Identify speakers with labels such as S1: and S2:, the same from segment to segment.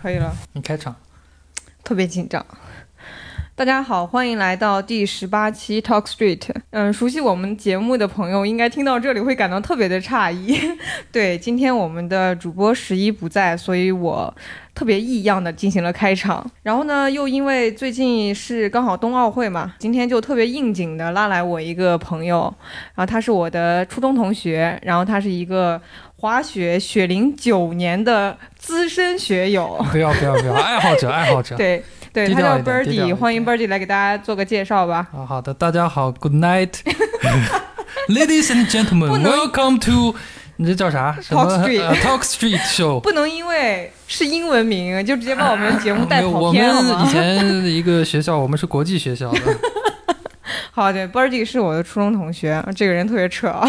S1: 可以了，
S2: 你开场。
S1: 特别紧张。大家好，欢迎来到第十八期 Talk Street。嗯，熟悉我们节目的朋友应该听到这里会感到特别的诧异。 对，今天我们的主播十一不在，所以我特别异样的进行了开场。然后呢，又因为最近是刚好冬奥会嘛，今天就特别应景的拉来我一个朋友，然后他是我的初中同学，然后他是一个滑雪雪龄九年的资深学友。
S2: 不要不要不要，爱好者爱好者。
S1: 对对，
S2: 低
S1: 他
S2: 调
S1: 叫
S2: 一点低
S1: Birdy，
S2: 调一点
S1: 欢迎 Birdy 来给大家做个介绍吧。
S2: 啊，好的，大家好 ，Good night 。Ladies and
S1: 不
S2: gentlemen,
S1: 能
S2: welcome to 你这叫啥？什么
S1: Talk Street
S2: 呃 Talk Street Show。
S1: 不能因为是英文名 就直接把我们节目带
S2: 没有，
S1: 跑
S2: 我
S1: 偏了
S2: 们以
S1: 吗？
S2: 前一个学校，我们是国际学校的。
S1: 好，对，Birdy 是我的初中同学，这个人特别扯啊。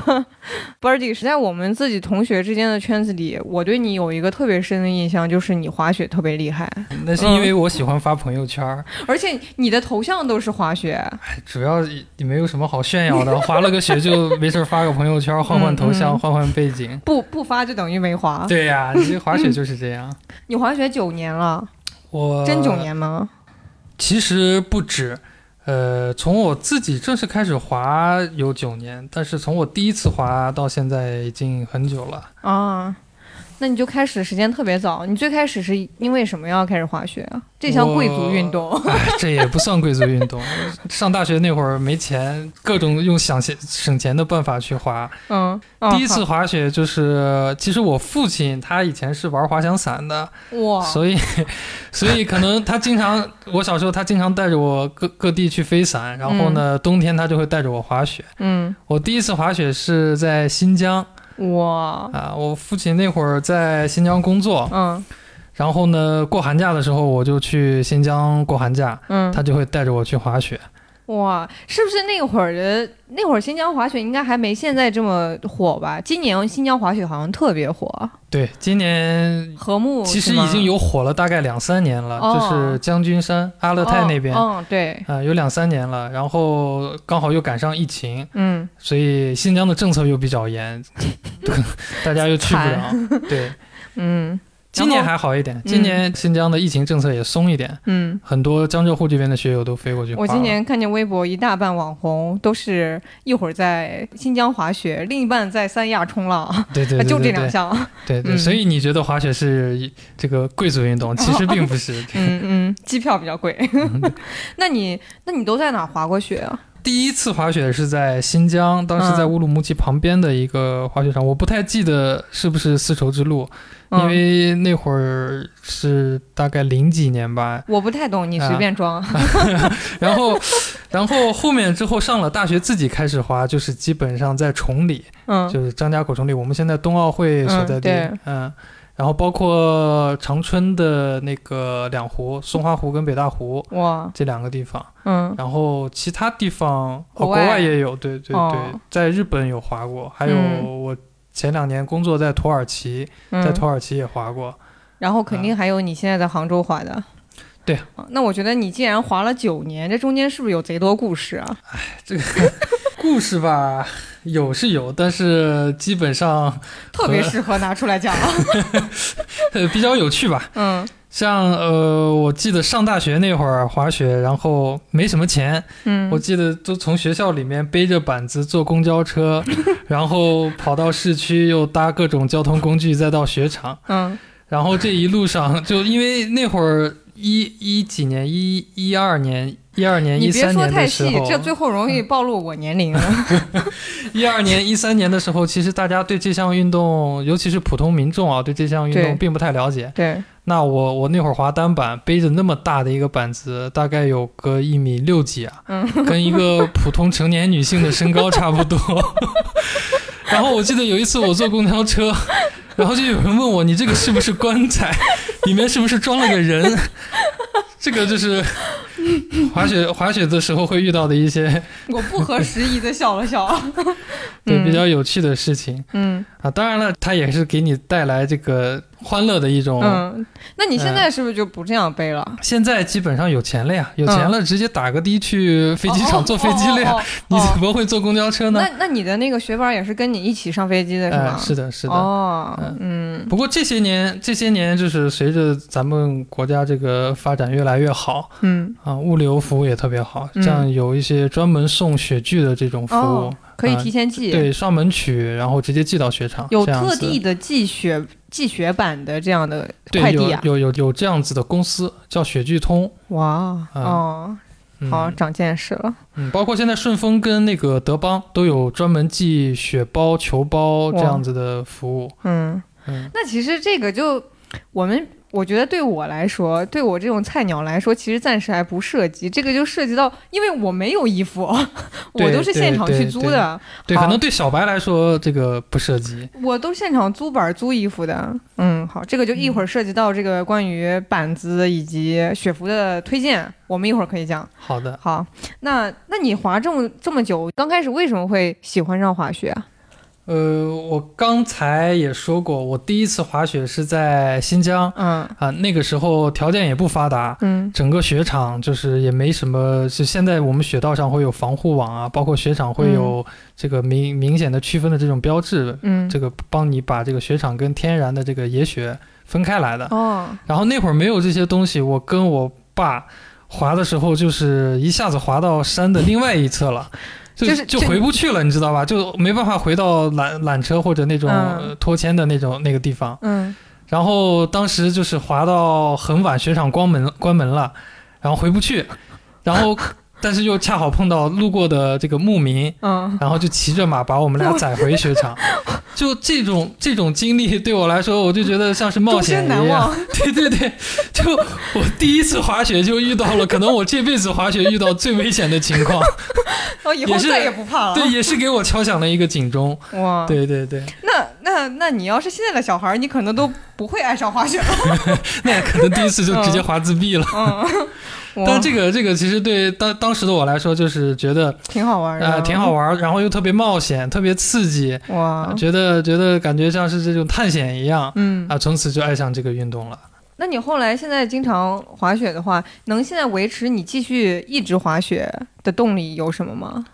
S1: Birdy 是在我们自己同学之间的圈子里，我对你有一个特别深的印象，就是你滑雪特别厉害，
S2: 那是因为
S1: 嗯
S2: 我喜欢发朋友圈儿，
S1: 而且你的头像都是滑雪。
S2: 哎主要也没有什么好炫耀的，滑了个雪就没事儿发个朋友圈儿，换换头
S1: 嗯
S2: 像，
S1: 嗯
S2: 换换背景。
S1: 不不发就等于没滑。
S2: 对呀，你这滑雪就是这样。
S1: 你滑雪九年了，
S2: 我
S1: 真九年吗？
S2: 其实不止，呃，从我自己正式开始滑有九年，但是从我第一次滑到现在已经很久了。
S1: 啊，那你就开始时间特别早。你最开始是因为什么要开始滑雪啊？这项贵族运动
S2: 哎，这也不算贵族运动。上大学那会儿没钱，各种用想钱省钱的办法去滑。
S1: 嗯，
S2: 第一次
S1: 啊
S2: 滑雪就是，其实我父亲他以前是玩滑翔伞的，
S1: 好哇，
S2: 所以， 所以可能他经常，我小时候他经常带着我各各地去飞伞，然后呢，冬天他就会带着我滑雪。
S1: 嗯，
S2: 我第一次滑雪是在新疆
S1: 哇，
S2: 啊，我父亲那会儿在新疆工作，
S1: 嗯
S2: 然后呢，过寒假的时候我就去新疆过寒假，
S1: 嗯，
S2: 他就会带着我去滑雪。
S1: 哇，是不是那会儿的那会儿新疆滑雪应该还没现在这么火吧？今年新疆滑雪好像特别火，
S2: 对，今年
S1: 禾木
S2: 其
S1: 哦是
S2: 实
S1: 吗
S2: 已经有火了大概两三年了，
S1: 哦
S2: 就是将军山阿勒泰那边。啊、
S1: 嗯，嗯对，
S2: 有两三年了，然后刚好又赶上疫情，
S1: 嗯。
S2: 所以新疆的政策又比 较严， 大家又去不了。对，
S1: 嗯
S2: 今年还好一点，今年新疆的疫情政策也松一点，
S1: 嗯，
S2: 很多江浙沪这边的学友都飞过去滑
S1: 我
S2: 了。
S1: 今年看见微博一大半网红都是一会儿在新疆滑雪，另一半在三亚冲浪，
S2: 对对对
S1: 啊就这
S2: 对
S1: 两
S2: 对
S1: 项。
S2: 对对，
S1: 嗯
S2: 所以你觉得滑雪是一这个贵族运 动，其实并不是。
S1: 嗯嗯， 机票比较贵。
S2: 嗯
S1: 那你那你都在哪儿滑过雪啊？
S2: 第一次滑雪是在新疆，当时在乌鲁木齐旁边的一个滑雪场，我不太记得是不是丝绸之路，因
S1: 嗯
S2: 为那会儿是大概零几年吧，
S1: 我不太懂，你随便装。
S2: 啊然后，然后后面之后上了大学，自己开始滑，就是基本上在崇礼，
S1: 嗯
S2: 就是张家口崇礼，我们现在冬奥会所在地，
S1: 嗯
S2: 嗯。然后包括长春的那个两湖，松花湖跟北大湖
S1: 哇，
S2: 这两个地方，
S1: 嗯
S2: 然后其他地方，哦、
S1: 国
S2: 国
S1: 外
S2: 外也有，对对对，
S1: 哦
S2: 在日本有滑过，还有
S1: 嗯
S2: 我前两年工作在土耳其，在
S1: 嗯，
S2: 土耳其也滑过，
S1: 然后肯定还有你现在在杭州滑的。
S2: 对
S1: 啊，那我觉得你既然滑了九年，这中间是不是有贼多故事啊？
S2: 故事吧有是有，但是基本上
S1: 特别适合拿出来讲。啊
S2: 呃比较有趣吧，
S1: 嗯
S2: 像呃，我记得上大学那会儿滑雪，然后没什么钱，
S1: 嗯，
S2: 我记得都从学校里面背着板子坐公交 车，然后跑到市区又搭各种交通工具，再到雪场，
S1: 嗯
S2: 然后这一路上就因为那会儿一一几年一一二年一二年
S1: 你
S2: 一
S1: 别
S2: 三
S1: 说
S2: 年
S1: 太
S2: 的时
S1: 细，这最
S2: 候，
S1: 后
S2: 嗯
S1: 容易暴露我年龄了。
S2: 一二年一三年的时候，其实大家对这项运动，尤其是普通民众啊，对这项运
S1: 对
S2: 动并不太了解。
S1: 对，
S2: 那我我那会儿滑单板，背着那么大的一个板子，大概有个一米六几啊，
S1: 嗯
S2: 跟一个普通成年女性的身高差不多。 然后我记得有一次我坐公交车，然后就有人问我：“你这 个是不是棺材？里面是不是装了个人？”这个就是滑雪滑雪的时候会遇到的一些
S1: 我不 合时宜的笑了笑。
S2: 对
S1: 嗯
S2: 比较有趣的事情
S1: 嗯
S2: 啊。当然了，它也是给你带来这个欢乐的一种。
S1: 嗯，那你现在是不是就不这样背了？
S2: 现在基本上有钱了呀，有钱了直接打个的去飞机场坐飞机了
S1: 嗯
S2: 呀，
S1: 哦哦哦哦
S2: 你怎么会坐公交车呢
S1: 那？那你的那个学伴也是跟你一起上飞机的是
S2: 哎，
S1: 吗？
S2: 是的，是的。
S1: 哦，嗯
S2: 不过这些年，这些年就是随着咱们国家这个发展越来越好
S1: 嗯，
S2: 啊，物流服务也特别好，
S1: 嗯
S2: 像有一些专门送雪具的这种服务，
S1: 哦可以
S2: 啊
S1: 提前记。
S2: 对，上门取，然后直接寄到雪场，
S1: 有
S2: 这样
S1: 特
S2: 子
S1: 地的寄雪寄雪版的这样的快
S2: 对有
S1: 递啊！
S2: 有有有这样子的公司叫雪具通，
S1: 哇
S2: 嗯
S1: 哦，
S2: 嗯、
S1: 好长见识了。
S2: 嗯，包括现在顺丰跟那个德邦都有专门寄雪包、球包这
S1: 哇
S2: 样子的服务，
S1: 嗯，
S2: 嗯
S1: 那其实这个就我们。我觉得对我来说，对我这种菜鸟来说，其实暂时还不涉及。这个就涉及到，因为我没有衣服， 我
S2: 对
S1: 都是现场
S2: 对
S1: 去
S2: 对
S1: 租的，
S2: 对，
S1: 好
S2: 可能对小白来说这个不涉及，
S1: 我都现场租板儿租衣服的。嗯，好，这个就一会儿涉及到这个关于板子以及雪服的推荐，我们一会儿可以讲。
S2: 好的。
S1: 好，那那你滑这么这么久，刚开始为什么会喜欢上滑雪啊？
S2: 呃，我刚才也说过，我第一次滑雪是在新疆
S1: 嗯
S2: 啊，那个时候条件也不发达，
S1: 嗯
S2: 整个雪场就是也没什么，是现在我们雪道上会有防护网啊，包括雪场会有这个明明显的区分的这种标志，
S1: 嗯，
S2: 这个帮你把这个雪场跟天然的这个野雪分开来的。
S1: 哦，
S2: 然后那会儿没有这些东西，我跟我爸滑的时候，就是一下子滑到山的另外一 侧了。就
S1: 就是
S2: 就
S1: 就
S2: 回不去了，你知道吧？就没办法回到缆缆车或者那种
S1: 嗯
S2: 呃拖牵的那种那个地方。
S1: 嗯
S2: 然后当时就是滑到很晚，雪场关门关门了，然后回不去，然后 但是又恰好碰到路过的这个牧民，
S1: 嗯，
S2: 然后就骑着马把我们俩载回 雪场。就这种这种经历对我来说，我就觉得像是冒
S1: 终
S2: 险
S1: 身
S2: 一
S1: 难
S2: 样。
S1: 忘。
S2: 对对对，就我第一次滑雪就遇到了，可能我这辈子滑雪遇到最危险的情 况。
S1: 哦，以后
S2: 也是
S1: 再也不怕了。
S2: 对，也是给我敲响了一个警钟。
S1: 哇，
S2: 对对 对，
S1: 那那那你要是现在的小孩儿，你可能都不会爱上滑雪了。
S2: 那可能第一次就直接滑自闭了。
S1: 嗯，哇
S2: 但这个这个其实对当当时的我来说，就是觉得
S1: 挺好玩儿的，
S2: 呃挺好玩啊儿，然后又特别冒险，特别刺激，
S1: 哇。
S2: 觉得觉得感觉像是这种探险一样
S1: 啊嗯，
S2: 啊，从此就爱上这个运动了。
S1: 那你后来现在经常滑雪的话，能现在维持你继续一直滑雪的动力有什么吗？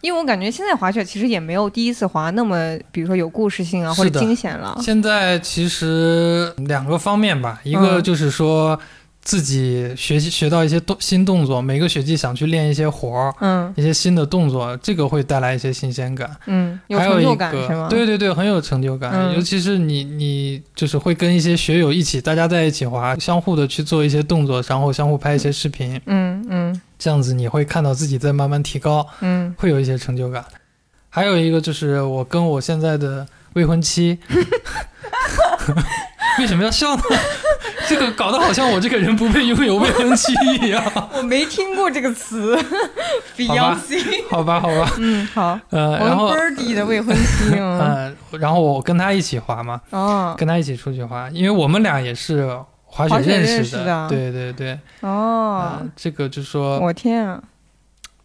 S1: 因为我感觉现在滑雪其实也没有第一次滑那么，比如说有故事性啊
S2: 是
S1: 或
S2: 的
S1: 者惊险了。
S2: 现在其实两个方面吧，一个
S1: 嗯
S2: 就是说自己学习学到一些动新动作，每个雪季想去练一些活儿，
S1: 嗯
S2: 一些新的动作，这个会带来一些新鲜感，
S1: 嗯，有
S2: 还有
S1: 成
S2: 一
S1: 就
S2: 个
S1: 感是吗？
S2: 对对对，很有成就感，
S1: 嗯
S2: 尤其是你你就是会跟一些学友一起，大家在一起滑，相互的去做一些动作，然后相互拍一些视频，
S1: 嗯，嗯
S2: 这样子你会看到自己在慢慢提高，
S1: 嗯
S2: 会有一些成就感。还有一个就是我跟我现在的未婚妻， 为什么要笑呢？ 这个搞得好像我这个人不配拥有未婚妻一样，
S1: 嗯，我没听过这个词 ，Beyonce。
S2: 好吧，好吧，
S1: 嗯，好，
S2: 呃，
S1: 我
S2: 然
S1: 们
S2: 后
S1: Birdy 的未婚妻。 嗯
S2: 嗯、然后我跟他一起滑嘛，
S1: 哦
S2: 跟他一起出去滑，因为我们俩也是滑雪
S1: 滑雪
S2: 认
S1: 认
S2: 识
S1: 识的
S2: 对对对，
S1: 哦
S2: 嗯，，这个就说
S1: 我天啊，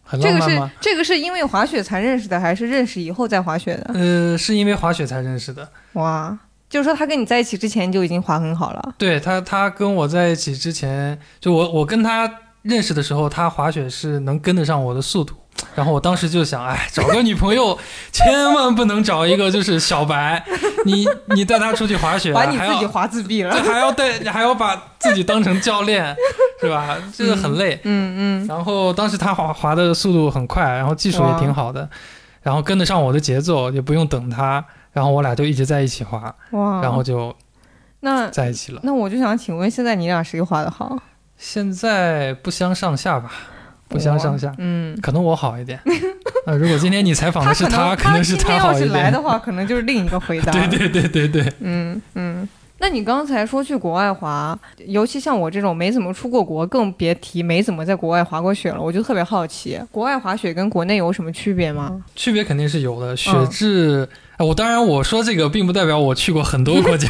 S2: 很
S1: 这
S2: 浪
S1: 个
S2: 漫
S1: 是
S2: 吗？
S1: 这个是因为滑雪才认识的，还是认识以后再滑雪的？
S2: 呃，是因为滑雪才认识的。
S1: 哇，就是说他跟你在一起之前就已经滑很好了。
S2: 对他，他跟我在一起之前，就我我跟他认识的时候，他滑雪是能跟得上我的速度。然后我当时就想，哎，找个女朋友千万不能找一个就是小白，你你带她出去滑雪，
S1: 把你
S2: 啊还
S1: 自己
S2: 要
S1: 滑自闭了。
S2: 还要带还要把自己当成教练，是吧？这个很累。
S1: 嗯嗯，
S2: 然后当时他滑滑的速度很快，然后技术也挺好的，然后跟得上我的节奏，也不用等他。然后我俩就一直在一起滑，
S1: 哇。
S2: 然后就
S1: 那
S2: 在一起了。
S1: 那我就想请问，现在你俩谁滑的好？
S2: 现在不相上下吧，不相上下
S1: 我。嗯，
S2: 可能我好 一点。呃，如果今天你采访的是
S1: 可能
S2: 可能是
S1: 今天
S2: 好
S1: 要
S2: 一
S1: 是来
S2: 点。
S1: 的话，可能就是另一个回答。
S2: 对对对对对，
S1: 嗯嗯。那你刚才说去国外滑，尤其像我这种没怎么出过国，更别提没怎么在国外滑过雪了。我就特别好奇，国外滑雪跟国内有什么区别吗？
S2: 区别肯定是有的。雪质，哎我当然我说这个并不代表我去过很 多国家，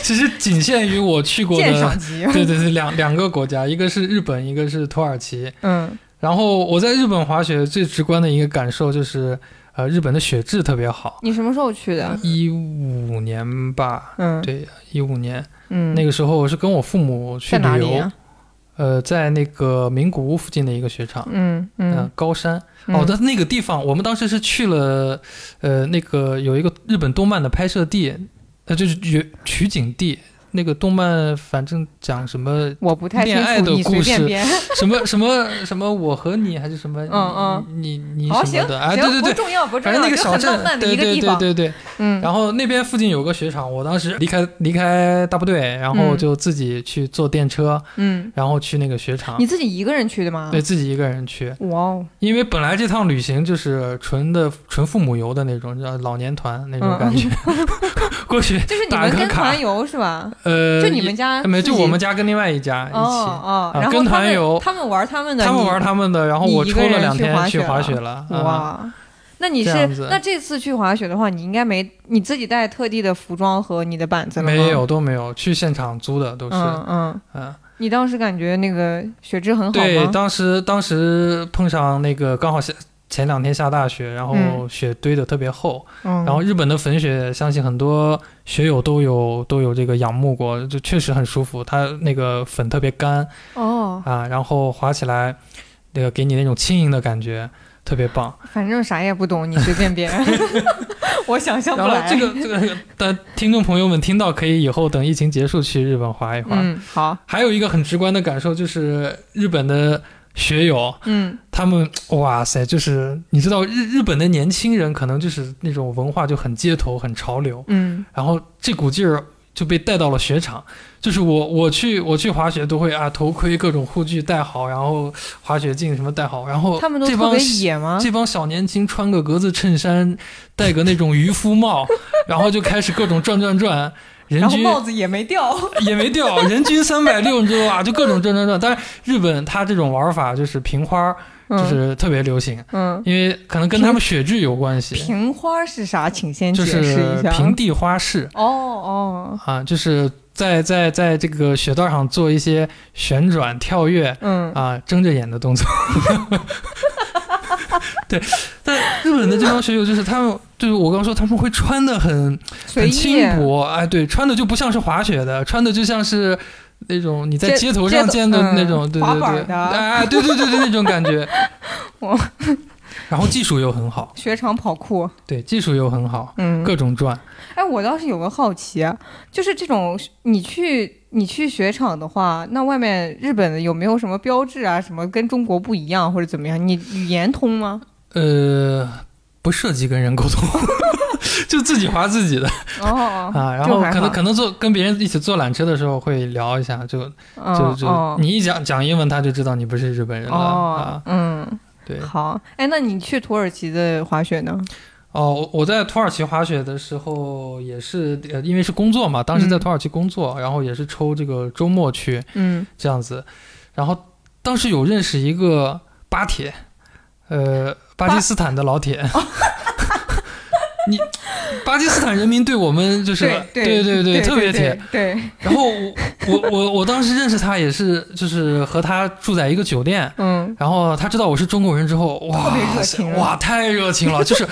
S2: 其实仅限于我去过
S1: 鉴赏
S2: 的，
S1: 级，
S2: 对对对，两两个国家，一个是日本，一个是土耳其。
S1: 嗯
S2: 然后我在日本滑雪最直观的一个感受就是，呃，日本的雪质特别好。
S1: 你什么时候去的？
S2: 一五年吧，
S1: 嗯，
S2: 对，一五年
S1: 嗯，
S2: 那个时候我是跟我父母去
S1: 在哪
S2: 旅
S1: 里啊
S2: 游
S1: 呀，？
S2: 呃，在那个名古屋附近的一个雪场，
S1: 嗯嗯
S2: 嗯，，高山。
S1: 嗯
S2: 哦，，但那个地方，我们当时是去了，呃，那个有一个日本动漫的拍摄地，呃，就是取取景地。那个动漫反正讲什么
S1: 我不太清
S2: 恋爱
S1: 楚，
S2: 的
S1: 你随
S2: 故
S1: 便
S2: 事
S1: 编。
S2: 什么什么什么，我和你还是什么，
S1: 嗯嗯
S2: 你你你
S1: 好，
S2: 什
S1: 行
S2: 么的，
S1: 行
S2: 哎，对对
S1: 不
S2: 对，
S1: 重要，不重
S2: 反
S1: 要，
S2: 正那个
S1: 就
S2: 小
S1: 很
S2: 镇
S1: 浪漫，的
S2: 对
S1: 一个
S2: 对
S1: 地
S2: 对
S1: 方。
S2: 对对。
S1: 嗯，
S2: 然后那边附近有个雪场，我当时离开离开大部队，然后
S1: 嗯
S2: 就自己去坐电车，
S1: 嗯，
S2: 然后去那个雪场
S1: 你，自己一个人去的吗？
S2: 对自己一个人去，
S1: 嗯哇哦，
S2: 因为本来这趟旅行就是纯的纯父母游的那种，叫老年团那种感觉，
S1: 嗯
S2: 过去
S1: 就是你
S2: 打
S1: 们
S2: 个
S1: 跟
S2: 卡
S1: 团，游是吧？
S2: 呃，
S1: 就你们家
S2: 也没有就
S1: 自己
S2: 我们家跟另外一家一起，
S1: 哦哦，
S2: 啊
S1: 然后
S2: 跟
S1: 他
S2: 团
S1: 们
S2: 游
S1: 他们玩他们的，
S2: 他们
S1: 你
S2: 玩他们的，然后我
S1: 你一
S2: 抽
S1: 个人
S2: 了两天
S1: 去
S2: 去
S1: 滑
S2: 滑
S1: 雪
S2: 雪了，啊，
S1: 哇。那你
S2: 这
S1: 是
S2: 样子
S1: 那这次去滑雪的话，你应该没你自己带特地的服装和你的板子了吗？
S2: 没，有都没有，去现场租的都是，
S1: 嗯嗯。
S2: 嗯。
S1: 你当时感觉那个雪质很好
S2: 对，
S1: 吗？
S2: 当时当时碰上那个刚好下前两天下大雪，然后
S1: 嗯
S2: 雪堆得特别厚，
S1: 嗯，
S2: 然后日本的粉雪，相信很多雪友都有都有这个仰慕过，就确实很舒服，它那个粉特别干
S1: 哦，
S2: 啊，然后滑起来那个给你那种轻盈的感觉。特别棒，
S1: 反正啥也不懂，你随便编， 我想象不
S2: 然后
S1: 来。
S2: 这个这个，但听众朋友们听到可以以后等疫情结束去日本滑一滑。
S1: 嗯，好，
S2: 还有一个很直观的感受就是日本的雪友，
S1: 嗯
S2: 他们哇塞，就是你知道日日本的年轻人可能就是那种文化就很街头很潮流，
S1: 嗯
S2: 然后这股劲儿就被带到了雪场。就是我我去我去滑雪都会啊，头盔各种护具戴好，然后滑雪镜什么戴好，然后
S1: 他们都
S2: 这
S1: 特
S2: 帮
S1: 别野吗？
S2: 这帮小年轻穿个格子衬衫，戴个那种渔夫帽， 然后就开始各种转转转。人
S1: 然后
S2: 均
S1: 帽子也没掉。
S2: 也没掉，人均三百六，你知道吧？就各种转转转。但是日本它这种玩法就是平花儿，就
S1: 嗯
S2: 是特别流行。
S1: 嗯，
S2: 因为可能跟他们雪质有关系，
S1: 平花是啥？请先
S2: 就
S1: 解释
S2: 是
S1: 一下。
S2: 平地花式
S1: 哦哦，
S2: 啊，就是在在在这个雪道上做一些旋转、跳跃
S1: 嗯
S2: 啊、睁着眼的动作。 对，但日本的这帮雪友就是他们，就是我刚说他们会穿的很
S1: 随
S2: 很
S1: 意
S2: 轻薄，哎，对，穿的就不像是滑雪的，穿的就像是那种你在
S1: 街
S2: 街头上
S1: 街头
S2: 见的
S1: 嗯
S2: 那种，对
S1: 滑
S2: 对
S1: 板
S2: 对，
S1: 的。
S2: 哎，对对对对，那种感觉
S1: 我，
S2: 然后技术又很好，
S1: 雪场跑酷，
S2: 对，技术又很好，
S1: 嗯，
S2: 各种转。
S1: 哎，我倒是有个好奇，啊就是这种你去你去雪场的话，那外面日本的有没有什么标志啊，什么跟中国不一样或者怎么样？你语言通吗？
S2: 呃，不涉及跟人沟通， 就自己划自己的
S1: 哦，
S2: 啊。然
S1: 就
S2: 后
S1: 还
S2: 可
S1: 好
S2: 能可能坐跟别人一起坐缆车的时候会聊一下，就就
S1: 哦
S2: 就、
S1: 哦
S2: 你一讲讲英文，他就知道你不是日本人了、
S1: 哦
S2: 啊，。
S1: 嗯，
S2: 对，
S1: 好，哎，那你去土耳其的滑雪呢？
S2: 哦，我我在土耳其滑雪的时候也是，呃，因为是工作嘛，当时在
S1: 嗯
S2: 土耳其工作，然后也是抽这个周末去
S1: 嗯，
S2: 这样子，然后当时有认识一个巴铁，呃，巴基斯坦的老铁。你巴基斯坦人民对我们就是
S1: 对
S2: 对
S1: 对
S2: 对，特别
S1: 对
S2: 铁。
S1: 对，对
S2: 然后我我我我当时认识他也是，就是和他住在一个酒店，
S1: 嗯，
S2: 然后他知道我是中国人之后，哇
S1: 特别热情啊
S2: 哇，太热情了，就是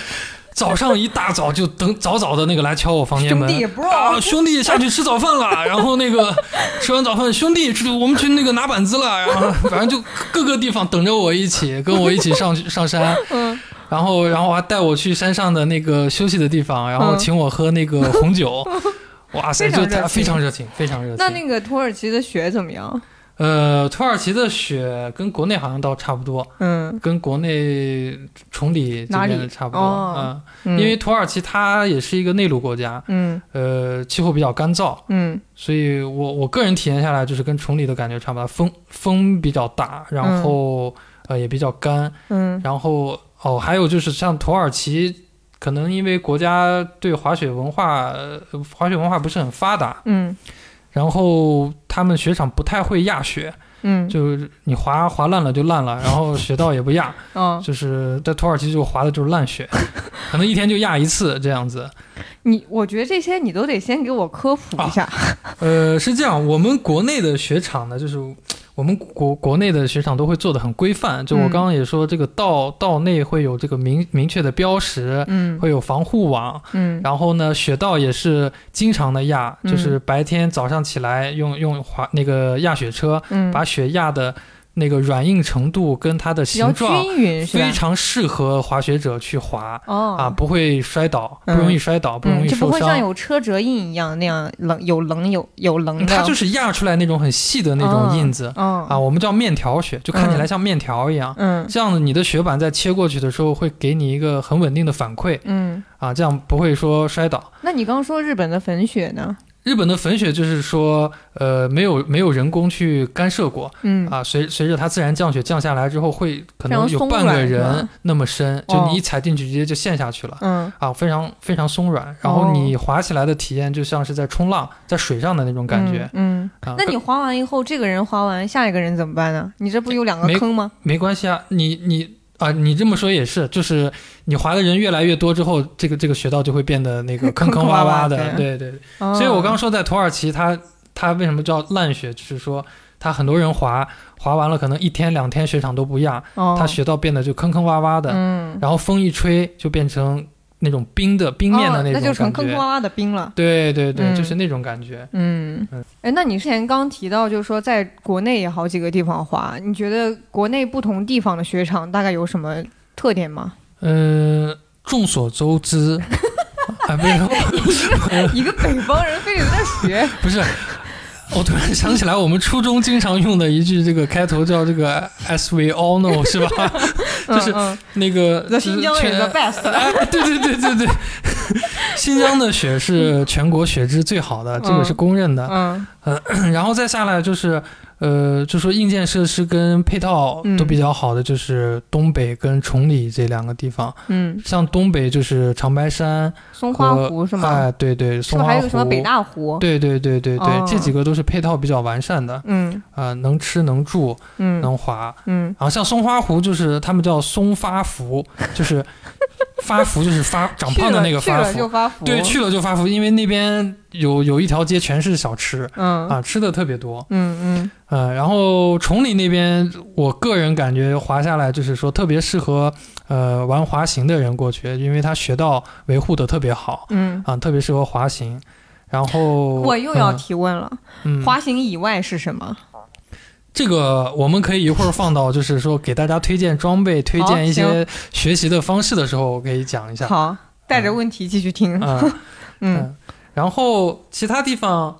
S2: 早上一大早就等早早的那个来敲我房间
S1: 兄
S2: 门。
S1: 弟，bro，
S2: 啊，兄弟，下去吃早 饭了。然后那个吃完早饭，兄弟，去我们去那个拿板子了。然后反正就各个地方等着我 一起，跟我一起上去上山。
S1: 嗯，
S2: 然后，然后还带我去山上的那个休息的地方，然后
S1: 嗯
S2: 请我喝那个 红酒。哇塞，
S1: 非常
S2: 就
S1: 热情
S2: 他非常热情，非常热情。
S1: 那那个土耳其的雪怎么样？
S2: 呃，土耳其的雪跟国内好像倒差不多，
S1: 嗯，
S2: 跟国内崇礼这边
S1: 哪
S2: 的
S1: 里
S2: 差不多。
S1: 哦
S2: 嗯，
S1: 因
S2: 因为土耳其它也是一个内陆国家，
S1: 嗯
S2: 呃，气候比较干燥，
S1: 嗯
S2: 所以我我个人体验下来就是跟崇礼的感觉差不多，风风比较大，然后、呃也比较干，
S1: 嗯
S2: 然后哦还有就是像土耳其可能因为国家对滑雪文化，呃滑雪文化不是很发达，
S1: 嗯
S2: 然后他们雪场不太会压雪，
S1: 嗯
S2: 就是你滑滑烂了就烂了，然后雪道也不压，
S1: 嗯，
S2: 就是在土耳其就滑的就是烂雪， 可能一天就压一次这样子。
S1: 你我觉得这些你都得先给我科普一下。
S2: 呃，是这样，我们国内的雪场呢，就是我们国国内的雪场都会做的很规范，就我
S1: 嗯
S2: 刚刚也说，这个道道内会有这个明明确的标识，
S1: 嗯
S2: 会有防护网，
S1: 嗯
S2: 然后呢，雪道也是经常的压，
S1: 嗯
S2: 就是白天早上起来用用滑那个压雪车
S1: 嗯，
S2: 把雪压的那个软硬程度跟它的
S1: 比较
S2: 形状
S1: 均匀是吧
S2: 非？常适合滑雪者去滑
S1: 哦
S2: 啊，不会摔倒，不
S1: 嗯
S2: 容易摔倒，不容
S1: 嗯，
S2: 易
S1: 就不
S2: 受
S1: 会像
S2: 伤。
S1: 有车辙印一样那样棱有棱有有棱的。
S2: 嗯它就是压出来那种很细的那种印子
S1: 嗯
S2: 啊，我们叫面条雪，就看起来
S1: 嗯
S2: 像面条一样。
S1: 嗯
S2: 这样子，你的雪板在切过去的时候会给你一个很稳定的反馈
S1: 嗯，
S2: 啊，这样不会说摔倒。
S1: 那你刚说日本的粉雪呢？
S2: 日本的粉雪就是说，呃，没有没有人工去干涉过
S1: 嗯
S2: 啊，随随着它自然降雪降下来之后，会
S1: 非
S2: 可能
S1: 常
S2: 有
S1: 松
S2: 半个
S1: 软是吧
S2: 人那么深，就
S1: 哦
S2: 你一踩进去直接就陷下去了。
S1: 嗯
S2: 啊，非常非常松软，然后
S1: 哦
S2: 你滑起来的体验就像是在冲浪，在水上的那种感觉、
S1: 嗯。
S2: 啊
S1: 嗯。那你
S2: 跟
S1: 滑完以后，这个人滑完，下一个人怎么办呢？你这不有两
S2: 没
S1: 个坑吗？
S2: 没关系啊，你你啊，你这么说也是，就是你滑的人越来越多之后，这个这个雪道就会变得那个坑
S1: 坑
S2: 坑
S1: 坑洼
S2: 洼洼
S1: 洼
S2: 的，
S1: 的
S2: 对对对。
S1: 哦
S2: 所以我刚说在土耳其，它它为什么叫烂雪，就是说它很多人滑滑完了，可能一天两天雪场都不压，
S1: 哦
S2: 它雪道变得就坑坑洼洼的，
S1: 嗯
S2: 然后风一吹就变成那种冰的冰面的
S1: 哦
S2: 那种感觉。
S1: 那就成坑坑洼洼的冰了。
S2: 对对对，
S1: 嗯
S2: 就是那种感觉。
S1: 嗯
S2: 嗯，
S1: 哎，那你之前刚提到，就是说在国内也好几个地方滑，你觉得国内不同地方的雪场大概有什么特点 吗？
S2: 嗯，众所周 知，啊，不是
S1: 一个北方人非得在学，
S2: 不是，我突然想起来，我们初中经常用的一句这个开头叫这个 “as we all know” 是 吧？ 就是
S1: 嗯嗯
S2: 那个
S1: The 新疆人的
S2: 全
S1: best，
S2: 哎，对对对对对，新疆的雪是全国雪质最好的，这个是公认的。
S1: 嗯
S2: 然后再下来就是，呃，就说硬件设施跟配套都比较好的，就是东北跟崇礼这两个地方。
S1: 嗯，
S2: 像东北就是长白山
S1: 松花
S2: 和
S1: 湖是吗？
S2: 哎，对对，
S1: 是
S2: 松
S1: 不是
S2: 花湖
S1: 还有个什么北大湖？
S2: 对对对对对，
S1: 哦
S2: 这几个都是配套比较完善的，
S1: 嗯
S2: 啊，能吃能住
S1: 嗯
S2: 能滑。
S1: 嗯，
S2: 然后像松花湖，就是他们叫松发福， 就是发福就是发长胖的那个
S1: 去
S2: 发
S1: 了去了就，
S2: 福
S1: 发福，
S2: 对，去了就发福，因为那边有有一条街全是小吃
S1: 嗯
S2: 啊，吃的特别多。
S1: 嗯
S2: 呃，然后崇礼那边，我个人感觉滑下来就是说特别适合呃玩滑行的人过去，因为它雪道维护的特别好
S1: 嗯嗯，
S2: 啊，特别适合滑行。然后
S1: 我又要
S2: 嗯
S1: 提问了，
S2: 嗯
S1: 滑行以外是什么？
S2: 这个我们可以一会儿放到，就是说给大家推荐装备、推
S1: 好
S2: 荐一些学习的方式的时候，我可以讲一下。
S1: 好，带着问题继续听，
S2: 嗯
S1: 嗯
S2: 嗯，然后其他地方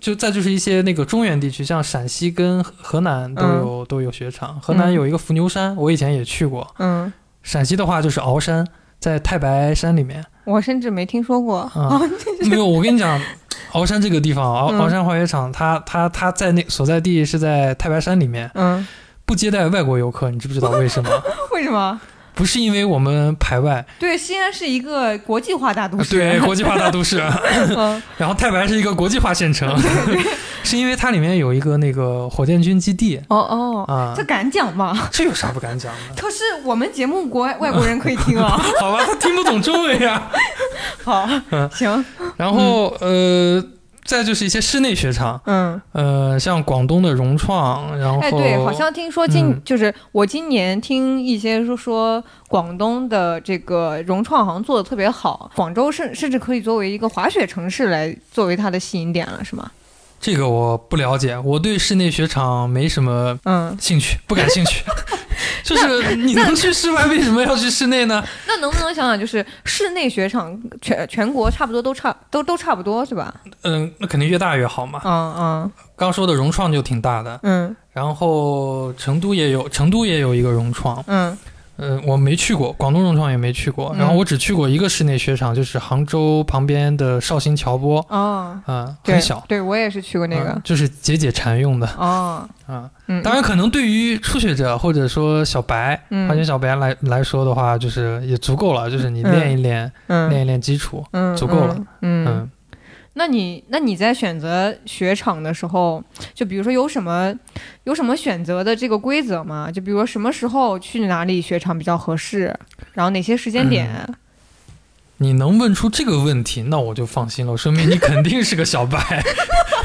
S2: 就再就是一些那个中原地区，像陕西跟河南都有、都有雪场。河南
S1: 嗯
S2: 有一个伏牛山，我以前也去过。
S1: 嗯。
S2: 陕西的话就是鳌山，在太白山里面。
S1: 我甚至没听说过。
S2: 啊，没有，我跟你讲， 鳌山这个地方，鳌
S1: 嗯
S2: 鳌山滑雪场，它它它在那所在地是在太白山里面，
S1: 嗯，
S2: 不接待外国游客，你知不知道 为什么？
S1: 为什么？
S2: 不是因为我们排外，
S1: 对，西安是一个国际化大都市。
S2: 对，国际化 大都市，
S1: 嗯
S2: 然后太白是一个国际化 县城，是因为它里面有一个那个火箭军基地
S1: 哦哦，
S2: 啊
S1: 这，敢讲吗？
S2: 这有啥不敢讲的？
S1: 可是我们节目国外外国人可以听 啊。
S2: 好吧，他听不懂中 文呀。
S1: 好，行，
S2: 然后呃，再就是一些室内雪场，
S1: 嗯，
S2: 呃，像广东的融创，然后
S1: 哎，对，好像听说今、
S2: 哦嗯
S1: 就是我今年听一些说说广东的这个融创好像做的特别好，广州甚甚至可以作为一个滑雪城市来作为它的吸引点了，是吗？
S2: 这个我不了解，我对室内雪场没什么
S1: 嗯，
S2: 兴趣，不感兴 趣。就是你能去室外，为什么要去室内呢？
S1: 那能不能想想，就是室内雪场全全国差不多都差都都差不多是吧？
S2: 嗯，那肯定越大越好嘛。
S1: 嗯嗯。
S2: 刚说的融创就挺大的，
S1: 嗯
S2: 然后成都也有，成都也有一个融创，
S1: 嗯
S2: 呃，我没去过，广东融创也没去过，然后
S1: 嗯
S2: 我只去过一个室内雪场，就是杭州旁边的绍兴桥坡，
S1: 哦，
S2: 啊、
S1: 对
S2: 很小，
S1: 对我也是去过那
S2: 啊
S1: 个，
S2: 就是解解馋用的
S1: 哦，
S2: 啊。
S1: 嗯，
S2: 当然，可能对于初学者或者说小白、
S1: 嗯
S2: 滑雪小白来来说的话，就是也足够了，就是你
S1: 嗯
S2: 练一练，
S1: 嗯
S2: 练一练基础，
S1: 嗯
S2: 足够了，
S1: 嗯，嗯
S2: 嗯
S1: 那你那你在选择雪场的时候，就比如说有什么有什么选择的这个规则吗？就比如说什么时候去哪里雪场比较合适，然后哪些时间点？
S2: 嗯你能问出这个问题，那我就放心了，说明你肯定是个小白。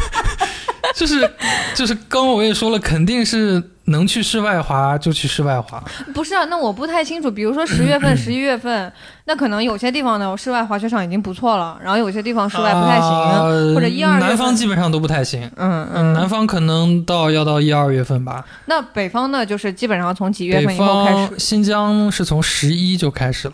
S2: 就是就是，刚刚我也说了，肯定是能去室外滑就去室外滑。
S1: 不是啊，那我不太清楚。比如说十月份、十一月份，那可能有些地方呢，室外滑雪场已经不错了，然后有些地方室外不太行。啊
S2: 呃
S1: 或者一二月份
S2: 南方基本上都不太行。
S1: 嗯
S2: 嗯，南
S1: 嗯，
S2: 方可能到要到一二月份吧。
S1: 那北方呢，就是基本上从几月
S2: 北
S1: 份以后开始
S2: 方？新疆是从十一就开始了，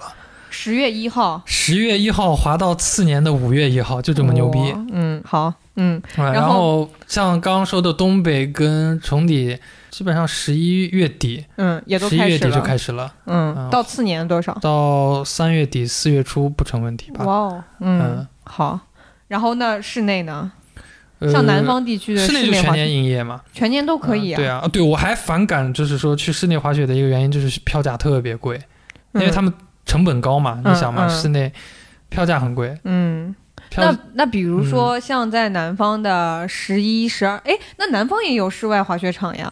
S1: 十月一号，
S2: 十月一号滑到次年的五月一号，就这么牛逼。
S1: 哇嗯，好，嗯，
S2: 啊
S1: 然
S2: 然
S1: 后
S2: 后像刚刚说的东北跟崇礼，基本上十一月底，
S1: 嗯，也都
S2: 十一
S1: 开
S2: 月
S1: 始
S2: 底就
S1: 了，
S2: 开始了，
S1: 嗯，
S2: 嗯
S1: 到次年多少？
S2: 到三月底四月初不成问题吧
S1: 哇？哦，嗯
S2: 啊嗯，
S1: 好。然后呢，室内呢，
S2: 呃
S1: 像南方地区的
S2: 室内就全
S1: 滑
S2: 年
S1: 雪，
S2: 营业嘛，
S1: 全年都可以
S2: 嗯对啊，啊对我还反感就是说去室内滑雪的一个原因就是票价特别贵，啊因为他们成本高嘛，
S1: 嗯
S2: 你想嘛，
S1: 嗯
S2: 室内票价很贵，
S1: 嗯，
S2: 票
S1: 那那比如
S2: 嗯
S1: 说像在南方的十一、十二，哎，那南方也有室外滑雪场呀，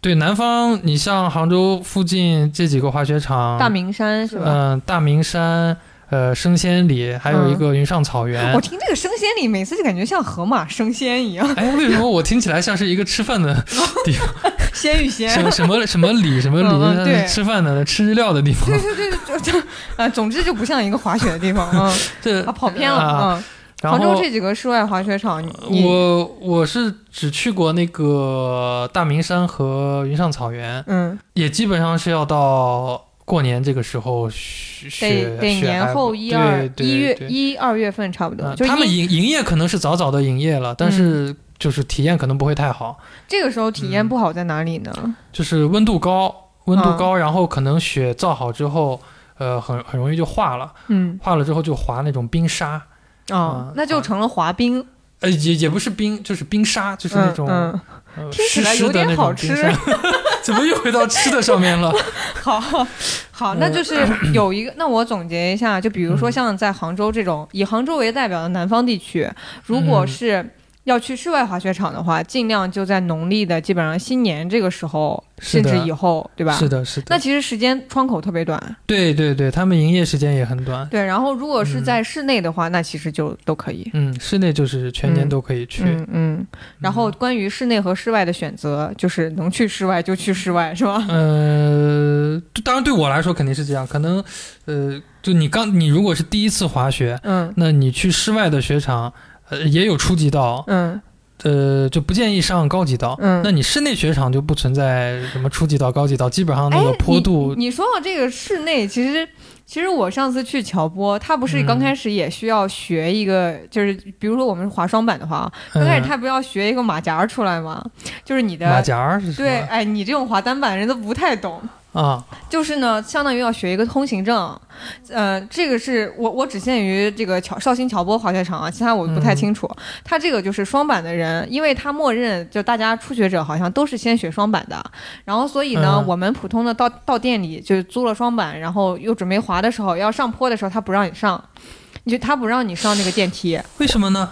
S2: 对南方，你像杭州附近这几个滑雪场，
S1: 大明山是吧？
S2: 嗯、大明山，呃，升仙里，还有一个云上草原。
S1: 嗯 我哦听这个生鲜里，每次就感觉像河马生鲜一 样，
S2: 哎，为什么我听起来像是一个吃饭 的地方？
S1: 鲜与鲜
S2: 什。么什么什么里什么里，
S1: 嗯嗯
S2: 像
S1: 对
S2: 是吃饭的吃日料的 地方
S1: 对。对对，就就啊，总之就不像一个滑雪的地方啊
S2: 这
S1: 啊，跑偏了
S2: 啊。
S1: 啊。
S2: 然
S1: 杭州
S2: 后
S1: 这几个室外滑雪场，你
S2: 我我是只去过那个大明山和云上草原，
S1: 嗯，
S2: 也基本上是要到过年这个时候雪
S1: 得
S2: 雪
S1: 得年后一二一月一二月份差不多，
S2: 嗯，
S1: 就
S2: 他们
S1: 一嗯
S2: 营营业可能是早早的营业了，但是就是体验可能不会太好，
S1: 这个时候体
S2: 嗯
S1: 验不好在哪里呢？
S2: 就是温度高，温
S1: 嗯
S2: 度高，然后可能雪造好之后，呃，很很容易就化了，
S1: 嗯
S2: 化了之后就滑那种冰沙，
S1: 啊
S2: 嗯，
S1: 那就成了滑冰，
S2: 呃，也也不是冰，就是冰沙，就是那种、
S1: 嗯嗯
S2: 呃
S1: 听起来
S2: 湿湿
S1: 有
S2: 的
S1: 点
S2: 那
S1: 好
S2: 种
S1: 吃
S2: 冰沙。 怎么又回到吃的 上面了？
S1: 好好，
S2: 嗯
S1: 那就是有一个，那我总结一下，就比如说像在杭州这种以杭州为代表的南方地区，如
S2: 嗯
S1: 果是要去室外滑雪场的话，尽量就在农历的基本上新年这个时候，
S2: 是
S1: 甚
S2: 的
S1: 至以后，对吧？
S2: 是的，是
S1: 那
S2: 的，
S1: 其实时间窗口特别短，
S2: 对对对，他们营业时间也很短。
S1: 对。然后如果是
S2: 嗯
S1: 在室内的话，那其实就都可以。
S2: 嗯，室内就是全年
S1: 嗯
S2: 都可以去。
S1: 嗯嗯。然后关于室内和室外的选择，就是能去室外就去室外，是吧？嗯
S2: 呃，当然对我来说肯定是这样，可能，呃，就你刚你如果是第一次滑雪，
S1: 嗯
S2: 那你去室外的雪场，呃，也有初级道，
S1: 嗯
S2: 呃，就不建议上高级道。
S1: 嗯。
S2: 那你室内雪场就不存在什么初级道、高级道，基本上那个
S1: 哎
S2: 坡度
S1: 你。你说到这个室内，其实其实我上次去乔波，他不是刚
S2: 嗯
S1: 开始也需要学一个，就是比如说我们滑双板的话，刚开始
S2: 嗯
S1: 他不要学一个马甲儿出来吗？就是你
S2: 马
S1: 的。
S2: 甲儿是什
S1: 对，
S2: 么
S1: 哎，你这种滑单板人都不太懂，
S2: 啊？
S1: 就是呢，相当于要学一个通行证，呃，这个是我我只限于这个乔绍兴乔波滑雪场啊，其他我不太
S2: 嗯
S1: 清楚。他这个就是双板的人，因为他默认就大家初学者好像都是先学双板的，然后所以呢，
S2: 嗯
S1: 我们普通的到到店里就租了双板，然后又准备滑的时候要上坡的时候，他不让你上，你就他不让你上那个电梯，
S2: 为什么呢？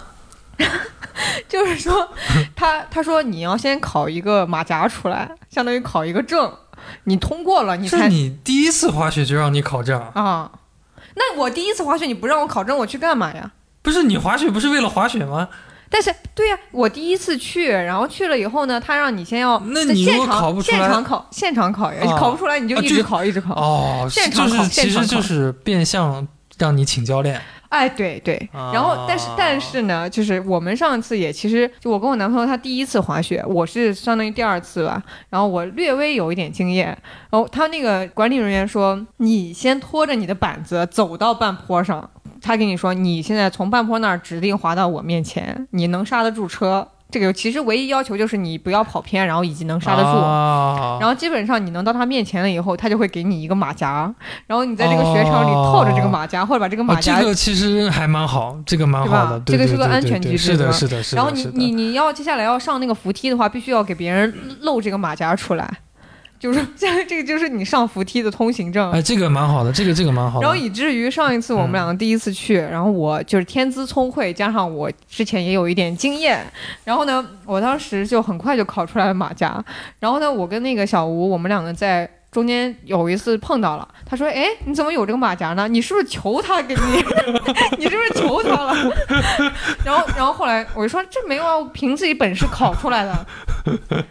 S1: 就是 说他他说你要先考一个马甲出来，相当于考一个证，你通过了你
S2: 是
S1: 才
S2: 你第一次滑雪就让你考证啊，
S1: 啊。那我第一次滑雪，你不让我考证，我去干嘛呀？
S2: 不是你滑雪不是为了滑雪吗？
S1: 但是，对呀、我第一次去，然后去了以后呢，他让你先要
S2: 那
S1: 在
S2: 你如
S1: 现
S2: 果
S1: 场
S2: 考不出来
S1: 现场考，现场考呀，
S2: 哦
S1: 考不出来你就
S2: 啊
S1: 一
S2: 这
S1: 直
S2: 个
S1: 考，一直考。
S2: 哦，
S1: 现
S2: 是
S1: 场
S2: 就
S1: 考
S2: 是
S1: 现
S2: 其
S1: 场
S2: 实就
S1: 考
S2: 是变相让你请教练。
S1: 哎，对对。
S2: 啊
S1: 然后，但是但是呢，就是我们上次也其实就我跟我男朋友他第一次滑雪，我是相当于第二次吧，然后我略微有一点经验。然后他那个管理人员说，你先拖着你的板子走到半坡上，他跟你说，你现在从半坡那儿指定滑到我面前，你能刹得住车。这个其实唯一要求就是你不要跑偏，然后以及能刹得住。
S2: 啊、
S1: 然后基本上你能到他面前了以后，他就会给你一个马甲，然后你在这个雪场里套着这个马甲，或者把这个马
S2: 啊，哦这
S1: 甲，
S2: 个其实还蛮好，这个蛮好的，
S1: 对吧这
S2: 对
S1: 个是个
S2: 对对
S1: 安全
S2: 对
S1: 机制
S2: 是的，
S1: 对吧
S2: 是的，是的。
S1: 然后你
S2: 是的
S1: 你你要接下来要上那个扶梯的话，必须要给别人露这个马甲出来，就是 这这个就是你上扶梯的通行证。
S2: 哎，这个蛮好的，这个这个蛮好的。嗯
S1: 然后以至于上一次我们两个第一次去，然后我就是天资聪慧，加上我之前也有一点经验，然后呢，我当时就很快就考出来了马甲。然后呢，我跟那个小吴，我们两个在中间有一次碰到了，他说：“哎，你怎么有这个马甲呢？你是不是求他给你？ 你是不是求他了？”然后，然后后来我就说：“这没有啊，我凭自己本事考出来的。”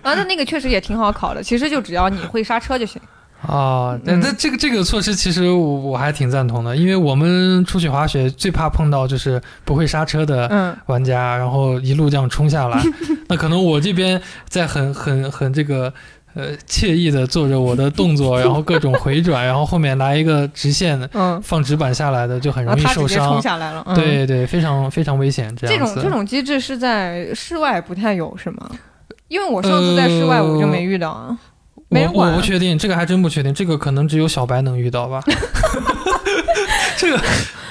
S1: 然后他那个确实也挺好考的，其实就只要你会刹车就行。
S2: 啊，那
S1: 嗯
S2: 那这个这个措施其实我我还挺赞同的，因为我们出去滑雪最怕碰到就是不会刹车的
S1: 嗯，
S2: 玩家，然后一路这样 冲下来，那可能我这边在很很很这个呃惬意的做着我的动作，然后各种回转，然后后面来一个直线的
S1: 嗯，
S2: 放直板下来的就很
S1: 然
S2: 容
S1: 后啊
S2: 易
S1: 他直
S2: 受
S1: 接冲
S2: 伤。
S1: 下来了。嗯、。
S2: 对对，非常非常危险，这
S1: 这
S2: 样
S1: 种
S2: 子。
S1: 这种机制是在室外不太有是吗？因为我上次在室外我
S2: 呃
S1: 就没遇到啊，没人
S2: 我
S1: 管
S2: 我不确定，这个还真不确定，这个可能只有小白能 遇到吧。 这个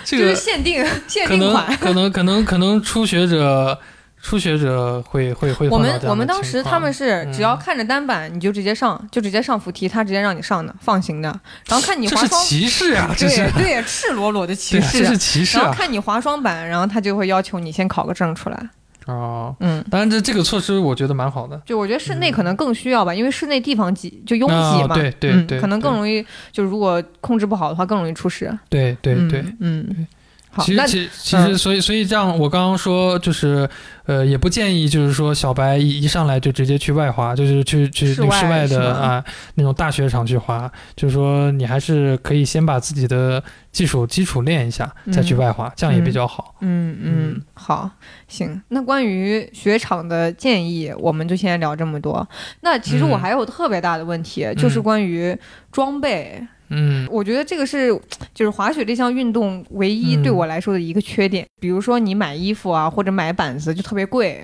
S2: 这
S1: 就是
S2: 个
S1: 限定 限
S2: 可
S1: 定
S2: 能
S1: 款。
S2: 可能可能可能初学者初学者会会会
S1: 我
S2: 碰到这
S1: 们
S2: 样的
S1: 我们当
S2: 情
S1: 时他
S2: 况
S1: 们是
S2: 嗯
S1: 只要看着单板你就直接上，就直接上扶梯，他直接让你上的放行的，然后看你
S2: 这
S1: 滑
S2: 是
S1: 双，
S2: 歧视啊，这是
S1: 对对，赤裸裸的
S2: 对
S1: 歧
S2: 啊
S1: 视
S2: 这是歧视
S1: 然后
S2: 啊
S1: 看你滑双板，然后他就会要求你先考个证出来。
S2: 哦。
S1: 嗯，
S2: 当然这这个措施我觉得蛮好的，
S1: 就我觉得室内可能更需要吧，因为室内地方挤就拥挤
S2: 嗯啊
S1: 嘛，
S2: 对对
S1: 嗯
S2: 对
S1: 可能更
S2: 对
S1: 容易，就如果控制不好的话更容易出事。
S2: 对对
S1: 嗯
S2: 对。，
S1: 嗯，好，
S2: 其
S1: 那嗯
S2: 实，其其实，所以，所以这样，我刚刚说就是，呃，也不建议，就是说小白一一上来就直接去外滑，就是去去
S1: 室
S2: 那个
S1: 外
S2: 室外
S1: 是
S2: 的
S1: 吗
S2: 啊那种大雪场去滑，就是说你还是可以先把自己的技术基础练一下，再去
S1: 嗯
S2: 外滑，这样也比
S1: 嗯
S2: 较好。
S1: 嗯
S2: 嗯
S1: 嗯，好，行。那关于雪场的建议，我们就先聊这么多。那其实我
S2: 嗯
S1: 还有特别大的问题，就是
S2: 嗯
S1: 关于装备。
S2: 嗯
S1: 我觉得这个是就是滑雪这项运动唯一
S2: 嗯
S1: 对我来说的一个缺点。比如说你买衣服啊，或者买板子就特别贵，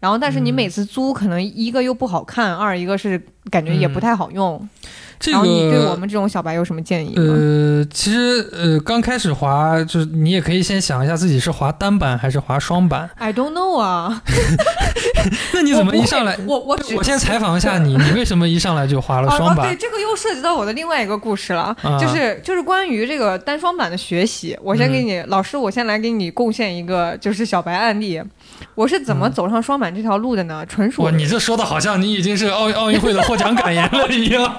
S1: 然后但是你
S2: 嗯
S1: 每次租，可能一个又不好看，二一个是感觉也不
S2: 嗯
S1: 太好用。
S2: 这
S1: 然后你对我
S2: 个
S1: 们这种小白有什么建议吗？
S2: 呃，其实呃，刚开始滑就是你也可以先想一下自己是滑单板还是滑双板。
S1: I don't know 啊，
S2: 那你
S1: 我
S2: 怎么
S1: 不
S2: 一
S1: 会
S2: 上来？
S1: 我我只
S2: 我先采访一下你，你为什么一上来就滑了双
S1: 啊啊。
S2: 板
S1: 对，？这个又涉及到我的另外一个故事了，
S2: 啊
S1: 就是就是关于这个单双板的学习。我先给
S2: 嗯
S1: 你、老师，我先来给你贡献一个就是小白案例，我是怎么走上双板这条路的呢？纯属
S2: 嗯哇，你这说的好像你已经是奥奥运会的获奖感言 了一样。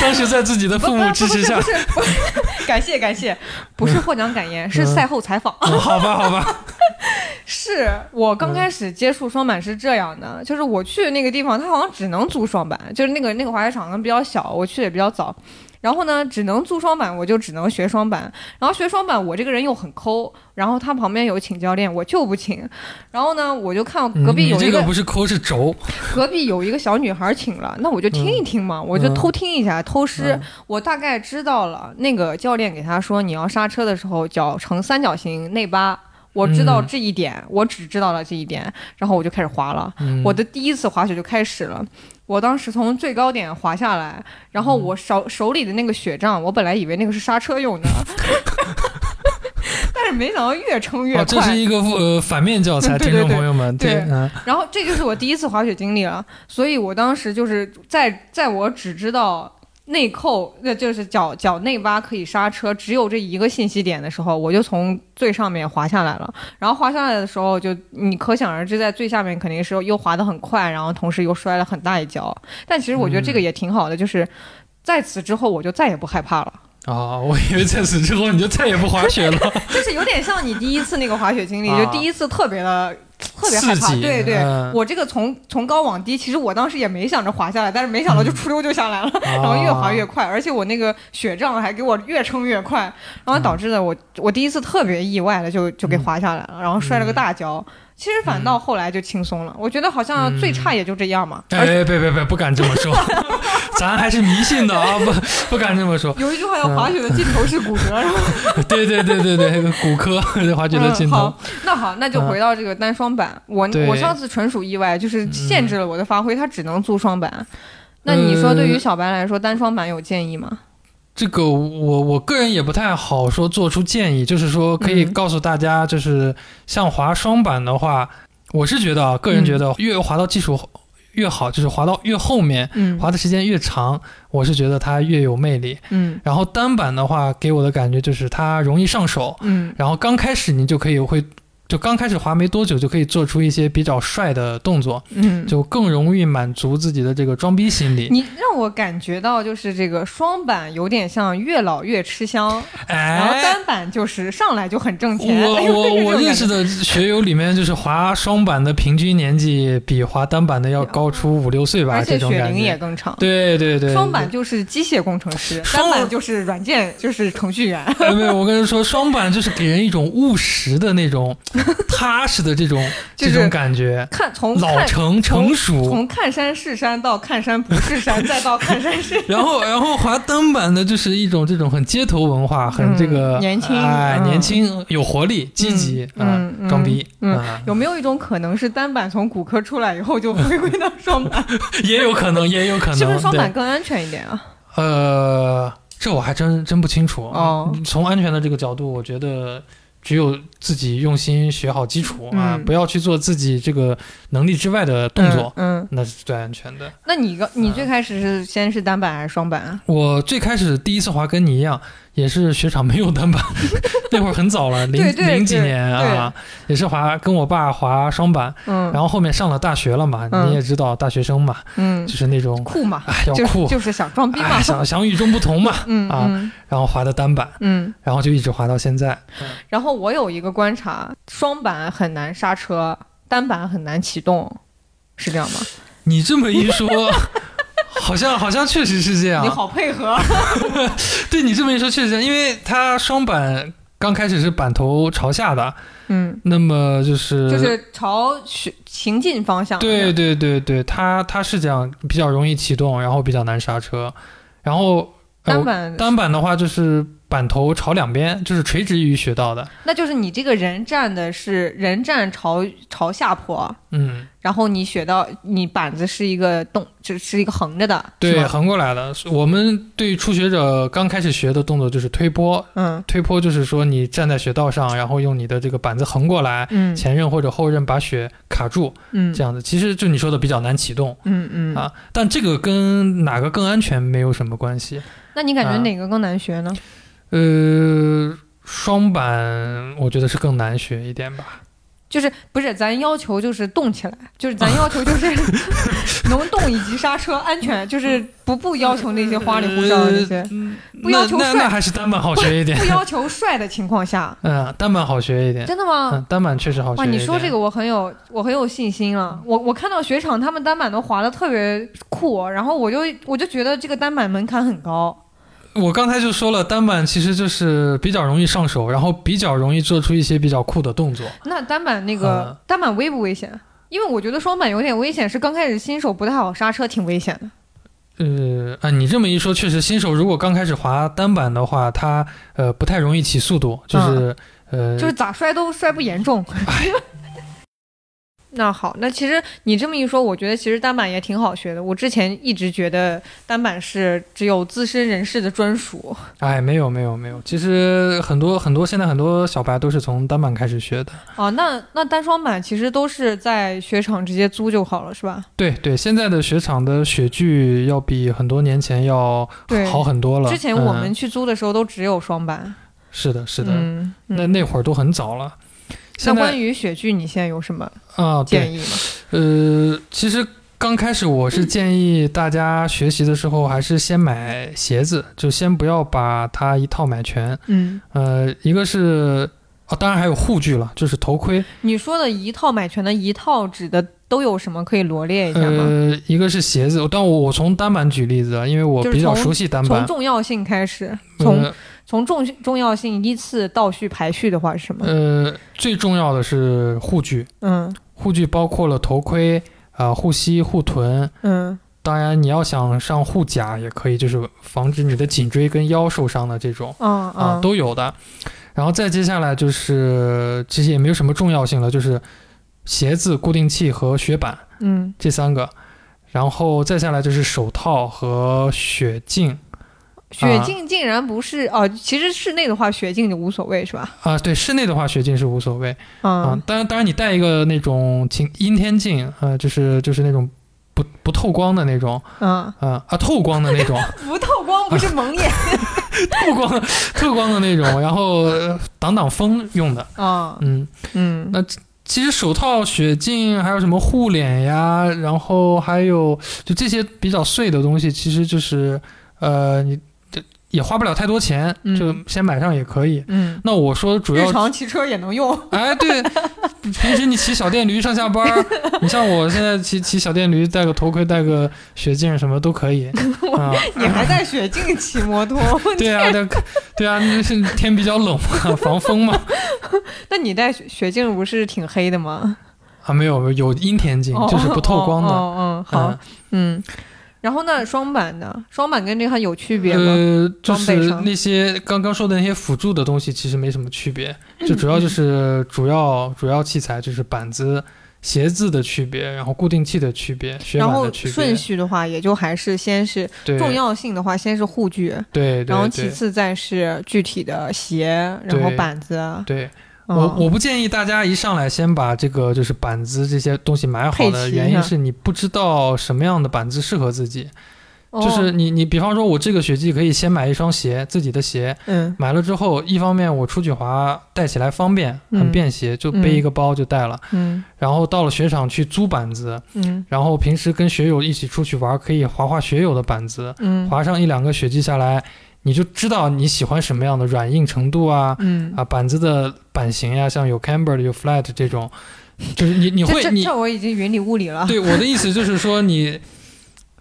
S2: 当时在自己的
S1: 不
S2: 父
S1: 不
S2: 母
S1: 不
S2: 支持
S1: 是
S2: 下
S1: 不，是 不是，感谢感谢，不是获奖感言，是
S2: 嗯
S1: 赛后采访。
S2: 嗯好吧，好吧，
S1: 是我刚
S2: 嗯
S1: 开始接触双板是这样的，就是我去那个地方，它好像只能租双板，就是那个那个滑雪场呢比较小，我去的也比较早。然后呢，只能租双板，我就只能学双板。然后学双板，我这个人又很抠，然后他旁边有请教练，我就不请。然后呢，我就看
S2: 嗯
S1: 隔壁
S2: 你
S1: 有一
S2: 这
S1: 个
S2: 个不是抠是轴，
S1: 隔壁有一个小女孩请了，那我就听一听嘛，我就偷听一下，偷师。
S2: 嗯
S1: 我大概知道了，那个教练给她说，你要刹车的时候脚呈三角形内八。我知道
S2: 嗯
S1: 这一点，我只知道了这一点，然后我就开始滑了。
S2: 嗯
S1: 我的第一次滑雪就开始了。我当时从最高点滑下来，然
S2: 嗯
S1: 后我手、手里的那个雪杖，我本来以为那个是刹车用的， 但是没想到越撑越快。
S2: 哦，这是一个呃反 面教材，
S1: 嗯对
S2: 听
S1: 对
S2: 众
S1: 对
S2: 朋友们，
S1: 对
S2: 嗯
S1: 然后这就是我第一次滑雪经历了，所以我当时就是在在我只知道内扣，那就是脚脚内八可以刹车，只有这一个信息点的时候，我就从最上面滑下来了。然后滑下来的时候就，你可想而知，在最下面肯定是又滑得很快，然后同时又摔了很大一跤。但其实我觉得这个也挺好的，就是在此之后我就再也不害怕了。
S2: 哦，我以为在此之后你就再也不滑雪了。
S1: 就是有点像你第一次那个滑雪经历，
S2: 啊
S1: 就第一次特别的特别害
S2: 刺
S1: 怕。
S2: 激
S1: 对对，
S2: 嗯
S1: 我这个从从高往低，其实我当时也没想着滑下来，但是没想到
S2: 嗯
S1: 就出溜就下来了，
S2: 然
S1: 然后哦越滑越
S2: 哦
S1: 快，而且我那个雪杖还给我越撑越
S2: 嗯嗯
S1: 快，然后导致的我、我第一次特别意外的就就给滑下来了，然后摔了个大跤。其实反倒后来就轻松了，我觉得好像
S2: 嗯
S1: 最差也就这样嘛。而
S2: 哎，别别别，不敢这么说， 咱还是迷信的啊，不不敢这么说。
S1: 有一句话叫“滑雪的尽头是骨折”， 然后
S2: 对对对对对，骨科滑雪的尽
S1: 嗯，
S2: 头嗯
S1: 好，，那好，那就回到这个单双板。我
S2: 对嗯
S1: 我上次纯属意外，就是限制了我的发挥，它只能租双板。那你
S2: 呃
S1: 说，对于小白来说，单双板有建议吗？
S2: 这个我我个人也不太好说做出建议，就是说可以
S1: 嗯
S2: 告诉大家，就是像滑双板的话，我是觉得啊，个人
S1: 嗯
S2: 觉得越滑到技术越好，就是滑到越后面，
S1: 嗯
S2: 滑的时间越长，我是觉得它越有魅力。
S1: 嗯
S2: 然后单板的话，给我的感觉就是它容易上手，
S1: 嗯
S2: 然后刚开始你就可以会，就刚开始滑没多久就可以做出一些比较帅的动作，
S1: 嗯，
S2: 就更容易满足自己的这个装逼心理。
S1: 你让我感觉到就是这个双板有点像越老越吃香，然后
S2: 哎，
S1: 单板就是上来就很挣钱。
S2: 我
S1: 哎呦
S2: 我我认识
S1: 这种感觉
S2: 的学友里面，就是滑双板的平均年纪比滑单板的要高出五六岁吧，
S1: 而
S2: 这
S1: 且
S2: 种
S1: 雪
S2: 感
S1: 龄也
S2: 觉。
S1: 更长。
S2: 对对对，
S1: 双板就是机械工程师，单
S2: 双
S1: 板就是软件，就是程序员。
S2: 哎，没有，我跟你说，双板就是给人一种务实的 那种、踏实的这种、
S1: 就是
S2: 这种感觉，
S1: 看从
S2: 老
S1: 看
S2: 成成熟。
S1: 从看山是山到看山不是山，再到看山是
S2: 然后，然后滑单板的就是一种这种很街头文化，很这个、
S1: 嗯年轻
S2: 哎，
S1: 嗯
S2: 年轻有活力、积极啊、
S1: 嗯嗯
S2: 装逼、
S1: 嗯
S2: 啊，
S1: 有没有一种可能是单板从骨科出来以后就回归到双 板？
S2: 也有可能，也有可能，
S1: 是不是双板
S2: 对？
S1: 更安全一点啊？
S2: 呃，这我还真真不清楚。啊
S1: 哦
S2: 从安全的这个角度，我觉得。只有自己用心学好基础啊，
S1: 嗯
S2: 不要去做自己这个能力之外的动作，
S1: 嗯，嗯
S2: 那是最安全的。
S1: 那你个你最开始是先是单板还是双板啊？
S2: 我最开始第一次滑跟你一样，也是雪场没有单板， 那会儿很 早了，零
S1: 对对
S2: 零几
S1: 对
S2: 年啊，也是滑跟我爸滑双板，
S1: 嗯，
S2: 然后后面上了大学了嘛，
S1: 嗯
S2: 你也知道大学生嘛，
S1: 嗯
S2: 就，是那种
S1: 啊酷嘛，
S2: 哎要
S1: 就
S2: 酷，
S1: 就是想装逼嘛
S2: 哎。想想与众不 同嘛，
S1: 嗯
S2: 啊
S1: 嗯
S2: 然后滑的单板，
S1: 嗯，
S2: 然后就一直滑到现在。
S1: 然后我有一个观察，双板很难刹车，单板很难启动，是这样吗？
S2: 你这么一 说，好像好像确实是这样
S1: 你。好配合，
S2: 对你这么一说，确实是这样，因为它双板刚开始是板头朝下的，
S1: 嗯，
S2: 那么就是
S1: 就是朝雪行进方向。
S2: 对，对对对，它它是这样，比较容易启动，然后比较难刹车。然后、呃、
S1: 单
S2: 我
S1: 板
S2: 单板的话，就是板头朝两边，就是垂直于雪道的。
S1: 那就是你这个人站的是人站朝朝下坡，
S2: 嗯，
S1: 然后你雪道你板子是一个动，这是一个横着的，是
S2: 对，
S1: 吧
S2: 横过来的。我们对初学者刚开始学的动作就是推坡，
S1: 嗯
S2: 推坡就是说你站在雪道上，然后用你的这个板子横过来，
S1: 嗯
S2: 前刃或者后刃把雪卡住，
S1: 嗯
S2: 这样子。其实就你说的比较难启动。
S1: 嗯嗯
S2: 啊，但这个跟哪个更安全没有什么关系。
S1: 那你感觉
S2: 啊
S1: 哪个更难学呢？
S2: 呃，双板我觉得是更难学一点吧。
S1: 就是不是咱要求就是动起来，就是咱要求就是 能动以及刹车安全，就是不不要求那些花里胡哨的那 些，不要求
S2: 呃嗯那那
S1: 帅
S2: 那还是单板好 学一点
S1: 不。要求帅的情况下，
S2: 嗯，单板好学一点。
S1: 真的吗？
S2: 嗯，单板确实好学
S1: 哇，
S2: 一点。
S1: 你说这个我很有我很有信心了。我我看到雪场他们单板都滑的特别酷，哦然后我就我就觉得这个单板门槛很高。
S2: 我刚才就说了，单板其实就是比较容易上手，然后比较容易做出一些比较酷的动作。
S1: 那单板那个、
S2: 嗯
S1: 单板危不危险？因为我觉得双板有点危险，是刚开始新手不太好刹车，挺危险的。
S2: 呃，啊，你这么一说，确实新手如果刚开始滑单板的话，他呃不太容易起速度，就是、呃
S1: 嗯就是咋摔都摔不严 重。 那好，那其实你这么一说，我觉得其实单板也挺好学的。我之前一直觉得单板是只有资深人士的专属。
S2: 哎，没有没有没有，其实很多很多现在很多小白都是从单板开始学的。
S1: 啊，那那单双板其实都是在雪场直接租就好了，是吧？
S2: 对对，现在的雪场的雪具要比很多年前要
S1: 对
S2: 好很多了。
S1: 之前我们
S2: 嗯、
S1: 去租的时候都只有双板。
S2: 是的，是的，
S1: 嗯，嗯
S2: 那那会儿都很早了。
S1: 那
S2: 现
S1: 关
S2: 在
S1: 于雪具，你现在有什么
S2: 啊，对，
S1: 建议吗？
S2: 呃，其实刚开始我是建议大家学习的时候还是先买鞋子，就先不要把它一套买全。
S1: 嗯，
S2: 呃，一个哦是啊，当然还有护具了，就是头盔。
S1: 你说的一套买全的一套指的都有什么可以罗列一下吗？
S2: 呃，一个是鞋子，但我我从单板举例子啊，因为我
S1: 就是
S2: 比较
S1: 从
S2: 熟悉单
S1: 从
S2: 板。
S1: 重要性开始，从、
S2: 呃
S1: 从重重要性依次倒序排序的话是什么？
S2: 呃，最重要的是护具，
S1: 嗯
S2: 护具包括了头盔啊、护膝、护臀。
S1: 嗯
S2: 当然，你要想上护甲也可以，就是防止你的颈椎跟腰受伤的这种。
S1: 嗯
S2: 啊，
S1: 嗯
S2: 都有的。然后再接下来就是，其实也没有什么重要性了，就是鞋子、固定器和雪板
S1: 嗯
S2: 这三个。然后再下来就是手套和雪镜啊
S1: 雪镜竟然不是哦、其实室内的话雪镜就无所谓是吧？
S2: 啊，对，室内的话雪镜是无所谓啊
S1: 嗯，，
S2: 当然当然你戴一个那种晴阴天镜，啊，就是就是那种不不透光的那种
S1: 嗯，
S2: 啊啊透光的那种
S1: 不透光不是蒙眼
S2: 透光透光的那种，然后呃挡挡风用的，
S1: 啊，
S2: 嗯，
S1: 嗯
S2: 那其实手套、雪镜，还有什么护脸呀，然后还有就这些比较碎的东西，其实就是呃，你这也花不了太多钱，
S1: 嗯
S2: 就先买上也可以。
S1: 嗯，
S2: 那我说的主
S1: 日
S2: 要，
S1: 常骑车也能用，
S2: 哎，对，平时你骑小电驴上下班儿，你像我现在骑骑小电驴，戴个头盔，戴个雪镜，什么都 可以啊。
S1: 你还在雪镜骑摩 托？
S2: 对啊，对，对啊，那是天比较冷嘛，防风嘛。
S1: 那你戴雪雪镜不是挺黑的吗？
S2: 啊，没有，有阴天镜， 就是不透光的。
S1: 哦哦哦
S2: 嗯
S1: 哦好，嗯。然后那双板呢？双板跟这个有区别吗？
S2: 呃，就
S1: 装备
S2: 是
S1: 上
S2: 那些刚刚说的那些辅助的东西，其实没什么区别，就主
S1: 嗯
S2: 要就是主要主要器材就是板子、鞋子的区别，然后固定器的区别，雪
S1: 然
S2: 板的
S1: 后
S2: 区
S1: 顺
S2: 别，
S1: 序的话，也就还是先是
S2: 对
S1: 重要性的话，先是护具，
S2: 对对
S1: 然后
S2: 对
S1: 其
S2: 对。
S1: 次再是具体的鞋，然后
S2: 对
S1: 板子。啊
S2: 我
S1: 嗯
S2: 我不建议大家一上来先把这个就是板子这些东西买好
S1: 配
S2: 的
S1: 齐
S2: 原因
S1: 呢
S2: 是你不知道什么样的板子适合自己，就
S1: 哦
S2: 是你你比方说我这个雪季可以先买一双鞋，自己的鞋，
S1: 嗯
S2: 买了之后，一方面我出去滑带起来方便，
S1: 嗯
S2: 很便携，就背一个包就带了。
S1: 嗯
S2: 然后到了雪场去租板子，
S1: 嗯
S2: 然后平时跟雪友一起出去玩，可以滑滑雪友的板子，
S1: 嗯
S2: 滑上一两个雪季下来，你就知道你喜欢什么样的软硬程度啊，
S1: 嗯，
S2: 啊板子的版型呀、像有 camber 有 flat 这种，就是你你
S1: 这
S2: 会
S1: 这
S2: 你
S1: 这我已经云里雾里了。
S2: 对我的意思就是说你，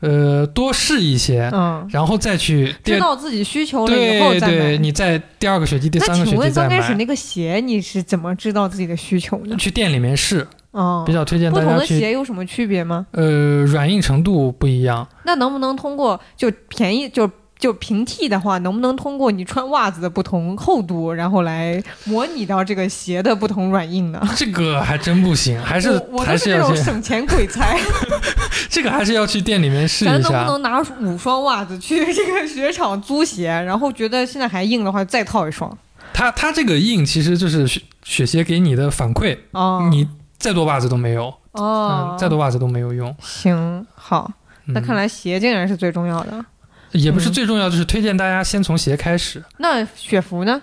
S2: 呃多试一些，
S1: 嗯，
S2: 然后再去第
S1: 知
S2: 二
S1: 道自己需求了以后
S2: 对
S1: 再
S2: 对，
S1: 买。
S2: 你在第二个雪季、第三
S1: 那
S2: 个
S1: 请
S2: 雪季
S1: 问
S2: 再
S1: 刚开始
S2: 买。
S1: 那个鞋你是怎么知道自己的需求呢？
S2: 去店里面试，
S1: 哦，
S2: 比较推荐
S1: 不
S2: 大
S1: 同
S2: 家
S1: 的
S2: 去。
S1: 鞋有什么区别吗？
S2: 呃，软硬程度不 一样，
S1: 那能不能通过就便宜就就平替的话，能不能通过你穿袜子的不同厚度，然后来模拟到这个鞋的不同软硬呢？
S2: 这个还真不行，还是
S1: 我我
S2: 还
S1: 都
S2: 是
S1: 这
S2: 要
S1: 种
S2: 去
S1: 省钱鬼才，
S2: 这个还是要去店里面 试
S1: 咱
S2: 一
S1: 能不
S2: 下。
S1: 能拿五双袜子去这个雪场租鞋，然后觉得现在还硬的话，再套一双
S2: 它它这个硬其实就是雪雪鞋给你的反馈，
S1: 哦，
S2: 你再多袜子都没有，
S1: 哦
S2: 嗯，，再多袜子都没有用。
S1: 行好，那看
S2: 来
S1: 来鞋竟然是最重要的。
S2: 也不是
S1: 嗯
S2: 最重要，就是推荐大家先从鞋开始
S1: 那雪服呢？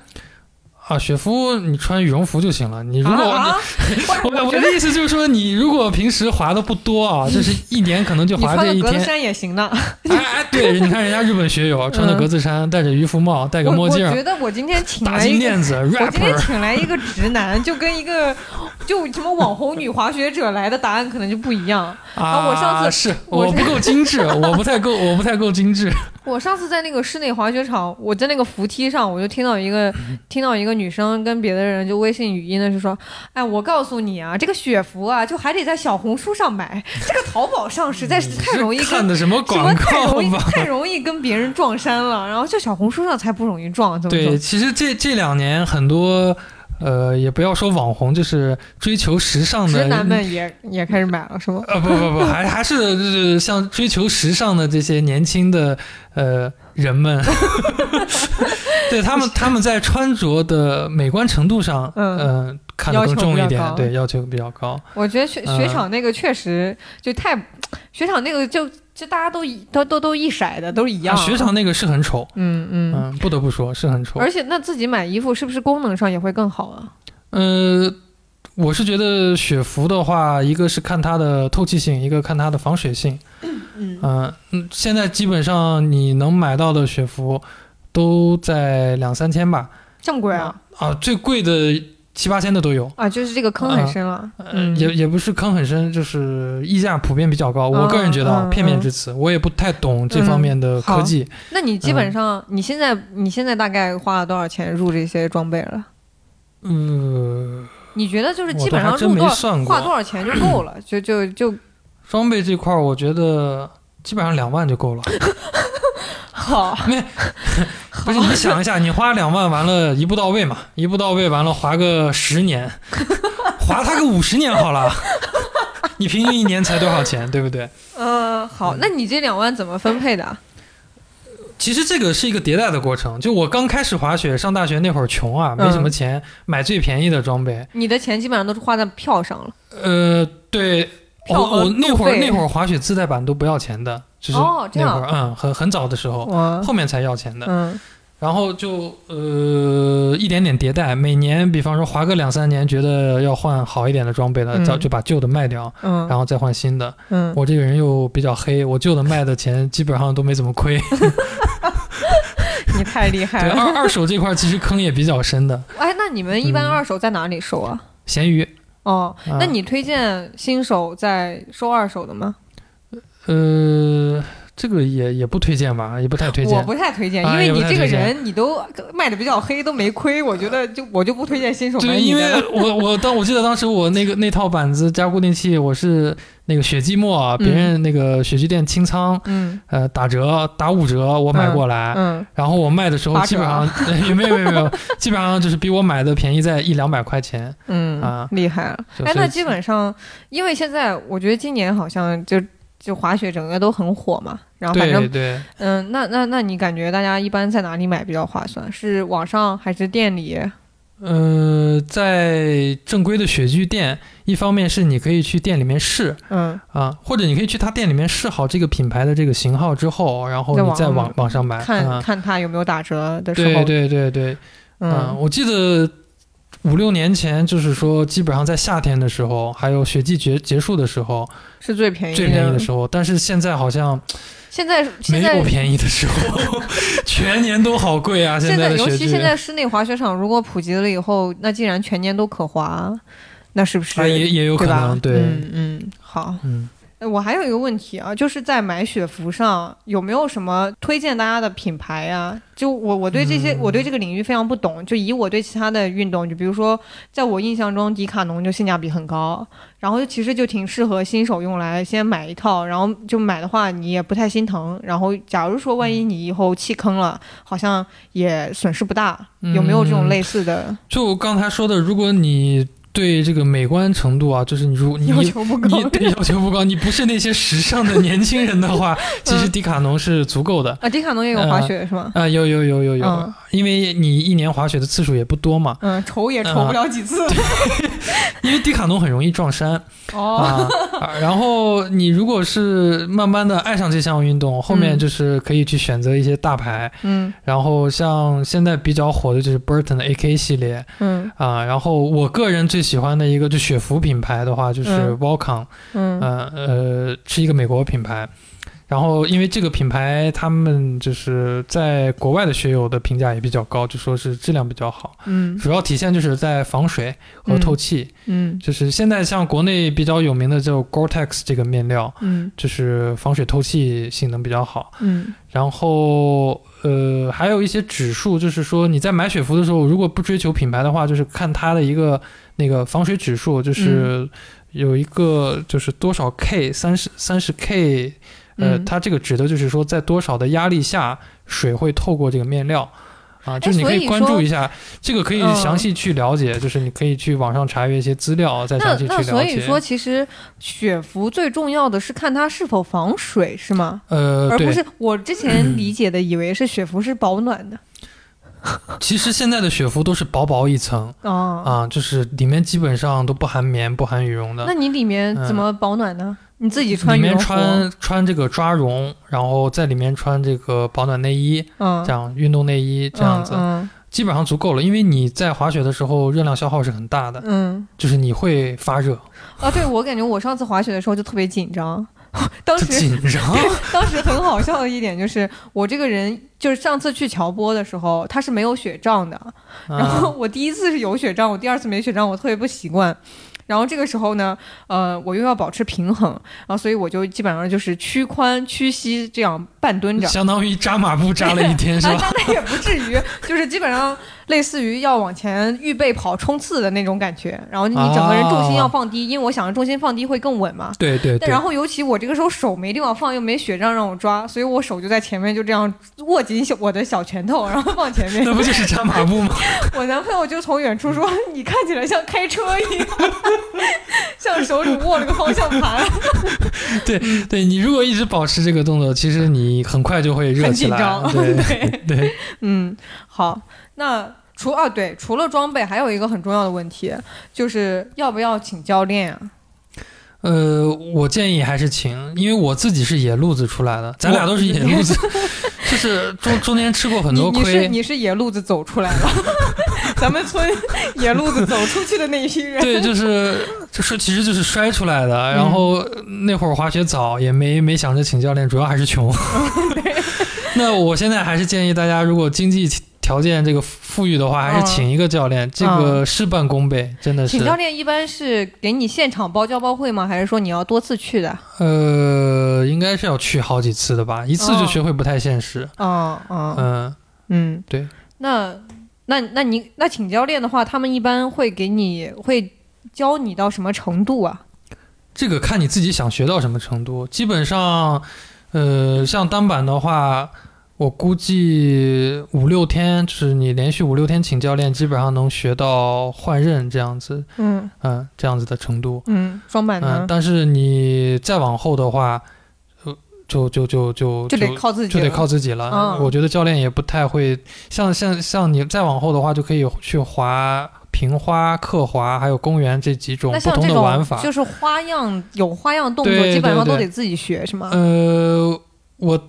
S2: 啊。雪服你穿羽绒服就行了，你如果
S1: 啊啊
S2: 你我我的意思就是说，你如果平时滑的不多啊，就是一年可能就
S1: 啊你
S2: 滑
S1: 穿
S2: 这
S1: 个
S2: 一
S1: 格子
S2: 天，
S1: 衫也行的。
S2: 哎 哎，对，你看人家日本学友穿着格子衫，戴着渔夫帽，戴个
S1: 嗯我
S2: 墨镜
S1: 我
S2: 儿，
S1: 觉得我今天请
S2: 大
S1: 来
S2: 金
S1: 一个，
S2: 链子
S1: 我今天
S2: ，rapper。
S1: 请来一个直男，就跟一个就什么网红女滑雪者来的答案可能就不一样。
S2: 啊，
S1: 我上次
S2: 是
S1: 我
S2: 我不够精致，我不太够，我不太够精 致。
S1: 我上次在那个室内滑雪场，我在那个扶梯上，我就听到一个听到一个女生跟别的人就微信语音的是说，哎，我告诉你啊，这个雪服啊，就还得在小红书上买，这个淘宝上实在是太容易
S2: 你是看
S1: 跟。
S2: 的什么
S1: 什么
S2: 广
S1: 太
S2: 告
S1: 容易
S2: 吧？
S1: 太容易跟别人撞衫了，然后就小红书上才不容易撞，怎么
S2: 对，
S1: 怎
S2: 其实这这两年很多，呃，也不要说网红，就是追求时尚的
S1: 直男们也也开始买了是吗？
S2: 呃，不不不，还还是就是像追求时尚的这些年轻的呃人 们，对他们他们在穿着的美观程度上，
S1: 嗯
S2: 呃，看得
S1: 要
S2: 更
S1: 求
S2: 重
S1: 比
S2: 一
S1: 较
S2: 点，
S1: 高
S2: 对，要求比较高。
S1: 我觉得雪
S2: 嗯
S1: 雪场那个确实就太，雪场那个就就大家都一都都都一色的，都是一样。
S2: 啊，雪场，那个是很丑，
S1: 嗯嗯，
S2: 嗯，不得不说是很丑。
S1: 而且那自己买衣服是不是功能上也会更好啊？
S2: 呃，我是觉得雪服的话，一个是看它的透气性，一个看它的防水性。
S1: 嗯
S2: 嗯、嗯，现在基本上你能买到的雪服都在两三千吧。嗯
S1: 这么贵啊？
S2: 啊，最贵的七八千的都有。
S1: 啊，就是这个坑很深了。
S2: 嗯，也也不是坑很深，就是溢价普遍比较高。我个人觉得啊
S1: 嗯，
S2: 片面之词，我也不太懂这方面的科技。
S1: 那你基本
S2: 嗯
S1: 上你现在你现在大概花了多少钱入这些装备了？
S2: 嗯，
S1: 你觉得就是
S2: 我
S1: 基
S2: 都
S1: 本
S2: 还
S1: 上
S2: 真
S1: 入
S2: 没
S1: 多少
S2: 算
S1: 花多
S2: 过。
S1: 少钱就够了，就就 就
S2: 装备这块，儿，我觉得基本上两万就够 了。
S1: 好。
S2: 不是你想一下，你花两万完了，一步到位嘛，一步到位完了，划个十年， 划它个五十年好了。 你平均一年才多少钱，对不对？
S1: 呃，
S2: 嗯
S1: 好，那你这两万怎么分配的啊？
S2: 其实这个是一个迭代的过程。就我刚开始滑雪，上大学那会儿穷啊，
S1: 嗯
S2: 没什么钱，买最便宜的装备。
S1: 你的钱基本上都是花在票上了。
S2: 呃，对，我
S1: 票和
S2: 我那会
S1: 路
S2: 儿
S1: 费
S2: 那会儿滑雪自带板都不要钱的，就是
S1: 哦这
S2: 那
S1: 样
S2: 会儿、嗯，很很早的时候，
S1: 哇，
S2: 后面才要钱的。
S1: 嗯，
S2: 然后就呃一点点迭代，每年比方说滑个两三年，觉得要换好一点的装备了，
S1: 嗯
S2: 早就把旧的卖掉，
S1: 嗯，
S2: 然后再换新的。
S1: 嗯，
S2: 我这个人又比较黑，我旧的卖的钱基本上都没怎么 亏。
S1: 你太厉害
S2: 对，
S1: 了。
S2: 二二手这块其实坑也比较深的，
S1: 哎，那你们一般
S2: 嗯
S1: 二手在哪里收啊？
S2: 闲鱼。
S1: 哦，
S2: 啊
S1: 那你推荐新手在收二手的吗？
S2: 呃，这个也也不推荐吧，也不太推
S1: 我
S2: 荐。
S1: 不太推荐，
S2: 啊
S1: 因为
S2: 也不
S1: 你
S2: 太
S1: 这个
S2: 推荐
S1: 人你都卖的比较黑，都没亏，我觉得就我就不推荐新手买
S2: 啊对，
S1: 你
S2: 因
S1: 的
S2: 为
S1: 了。
S2: 我我当我记得当时我那个那套板子加固定器，我是那个雪季末啊，别人那个雪具店清仓，
S1: 嗯
S2: 呃，打折打五折，我买过来，
S1: 嗯，
S2: 然后我卖的时候
S1: 八折啊
S2: 基本上 也没有没有没有，基本上就是比我买的便宜在一两百块钱。
S1: 嗯，
S2: 啊
S1: 厉害了。
S2: 就
S1: 哎，
S2: 是
S1: 那基本上，因为现在我觉得今年好像就就滑雪整个都很火嘛，然后啊反
S2: 对
S1: 正
S2: 对，
S1: 嗯，那那那你感觉大家一般在哪里买比较划算？是网上还是店里？
S2: 呃，在正规的雪具店，一方面是你可以去店里面试
S1: 嗯，
S2: 啊，或者你可以去他店里面试好这个品牌的这个型号之后，然后
S1: 在
S2: 你
S1: 网
S2: 再
S1: 上
S2: 网网上买。
S1: 看、
S2: 啊、
S1: 看它有没有打折的时
S2: 对
S1: 候。
S2: 对对对，嗯，
S1: 嗯
S2: 我记得五六年前，就是说基本上在夏天的时候，还有雪季结结束的时候，
S1: 是最便宜
S2: 最便宜的时候。但是现在好像
S1: 现在现
S2: 没
S1: 在
S2: 有便宜的时候， 全年都好贵啊！
S1: 现
S2: 在的
S1: 尤
S2: 雪
S1: 其
S2: 具，
S1: 现在室内滑雪场如果普及了以后，那既然全年都可滑，那是不是？
S2: 啊也也有可
S1: 对吧
S2: 能？对，
S1: 嗯嗯，好。
S2: 嗯
S1: 哎我还有一个问题啊，就是在买雪服上有没有什么推荐大家的品牌啊？就我我对这些、我
S2: 嗯
S1: 对这个领域非常不懂，就以我对其他的运动，就比如说，在我印象中迪卡侬就性价比很高，然后就其实就挺适合新手用来先买一套，然后就买的话你也不太心疼，然后假如说
S2: 嗯
S1: 万一你以后弃坑了，好像也损失不大，有没有这
S2: 嗯
S1: 种类似的
S2: 就我刚才说的，如果你对这个美观程度啊，就是你如你
S1: 要
S2: 你
S1: 求不高？
S2: 你对要求不高，你不是那些时尚的年轻人 的话，其实迪卡侬是足够的。
S1: 啊，迪卡侬也有滑雪、是吗？
S2: 啊，有有有有有，
S1: 嗯
S2: 因为你一年滑雪的次数也不多嘛，
S1: 嗯，愁也愁不了几次、
S2: 因为迪卡侬很容易撞衫
S1: 哦。
S2: 啊。啊然后你如果是慢慢的爱上这项运动，后面
S1: 嗯
S2: 就是可以去选择一些大牌，
S1: 嗯
S2: 然后像现在比较火的就是 Burton 的 AK 系列
S1: 嗯
S2: 啊，然后我个人最喜欢的一个就雪服品牌的话就是
S1: 嗯
S2: Volcom，
S1: 嗯
S2: 呃呃是一个美国品牌，然后因为这个品牌他们就是在国外的雪友的评价也比较高，就说是质量比较好，
S1: 嗯
S2: 主要体现就是在防水和透气，
S1: 嗯
S2: 就是现在像国内比较有名的就 Gore-Tex 这个面料，
S1: 嗯
S2: 就是防水透气性能比较好。
S1: 嗯
S2: 然后呃，还有一些指数，就是说你在买雪服的时候，如果不追求品牌的话，就是看它的一个那个防水指数，
S1: 嗯
S2: 就是有一个就是多少 K 三十三十 K，呃，
S1: 嗯
S2: 它这个指的就是说在多少的压力下，水会透过这个面料。啊，就是你可
S1: 哎所
S2: 以
S1: 以
S2: 关
S1: 说
S2: 注一下，这个可以
S1: 嗯
S2: 详细去了解，就是你可以去网上查阅一些资料，再
S1: 那
S2: 详细去了
S1: 那
S2: 解。
S1: 所以说，其实雪服最重要的是看它是否防水，是吗？
S2: 呃，
S1: 而
S2: 对。
S1: 不是我之 前理解的，以为是雪服是保暖的
S2: 其实现在的雪服都是薄薄一层，
S1: 哦。
S2: 啊，就是里面基本上都不含棉、不含羽绒的
S1: 那，你里面怎么保暖呢？你自己穿
S2: 嗯里
S1: 羽
S2: 面
S1: 绒服？
S2: 穿穿这个抓绒，然后在里面穿这个保暖内衣，
S1: 嗯，
S2: 这样运动内衣这样子，
S1: 嗯
S2: 基本上足够了。因为你在滑雪的时候热量消耗是很大的，
S1: 嗯。嗯
S2: 就是你会发热。
S1: 啊，对，我感觉我上次滑雪的时候就特别紧张， 当
S2: 这
S1: 时
S2: 紧 张，
S1: 当时很好笑的一点就是，我这个人就是上次去乔波的时候，他是没有雪杖的，然后
S2: 啊
S1: 我第一次是有雪杖，我第二次没雪杖，我特别不习惯。然后这个时候呢，呃，我又要保持平衡，然后所以我就基本上就是屈髋屈膝这样半蹲着，
S2: 相当于扎马步扎了一天是
S1: 啊，
S2: 吧？
S1: 那也不至于， 就是基本上类似于要往前预备跑冲刺的那种感觉，然后你整个人重心要放低，因为我想着重心放低会更稳嘛。
S2: 对啊对
S1: 但然后尤其我这个时候手没地方放，又没雪杖让我抓，所以我手就在前面就这样握紧小我的小拳头，然后放前 面。
S2: 那不就是扎马步吗？
S1: 我男朋友就从远处说：“
S2: 嗯
S1: 你看起来像开车一样， 像手里握了个方向 盘。
S2: 对你如果一直保持这个动作，其实你很快就会热起来。
S1: 很紧张
S2: 对
S1: 对
S2: 对，”
S1: 嗯，好，那除啊对，除了装备，还有一个很重要的问题，就是要不要请教练啊？
S2: 呃，我建议还是请，因为我自己是野路子出来的，咱俩都是野路子， 就是中中间吃过很多
S1: 你你是
S2: 亏。
S1: 你是野路子走出来了， 咱们 村野路子走出去的那一批人。
S2: 对，就是就是，其实就是摔出来的。然后呃
S1: 嗯
S2: 那会儿滑雪早，也没没想着请教练，主要还是
S1: 哦
S2: 穷。 那我现在还是建议大家，如果经济条件这个富裕的话，还
S1: 嗯
S2: 是请一个教练，这个事半功倍，真的是。
S1: 哦请教练一般是给你现场包教包会吗？还是说你要多次去的？
S2: 呃，应该是要去好几次的吧，一次就学会不太现实。
S1: 哦哦
S2: 嗯，
S1: 嗯，
S2: 对。
S1: 那那那你那请教练的话，他们一般会给你会教你到什么程度啊？
S2: 这个看你自己想学到什么程度。基本上，呃，像单板的话，我估计五六天，就是你连续五六天请教练，基本上能学到换刃这样子，
S1: 嗯
S2: 嗯、这样子的程度。
S1: 嗯，双板
S2: 嗯、
S1: 呢、
S2: 但是你再往后的话，呃就就就就
S1: 就得靠自己
S2: 就
S1: 了，
S2: 得靠自己了。
S1: 嗯
S2: 我觉得教练也不太会，像像像你再往后的话，就可以去滑平花、刻滑，还有公园这几种
S1: 那
S2: 不
S1: 像
S2: 同
S1: 这
S2: 的玩
S1: 种
S2: 法。
S1: 就是花样有花样动作，
S2: 对
S1: 基本上
S2: 对
S1: 都
S2: 对
S1: 得自己学，是吗？
S2: 呃，我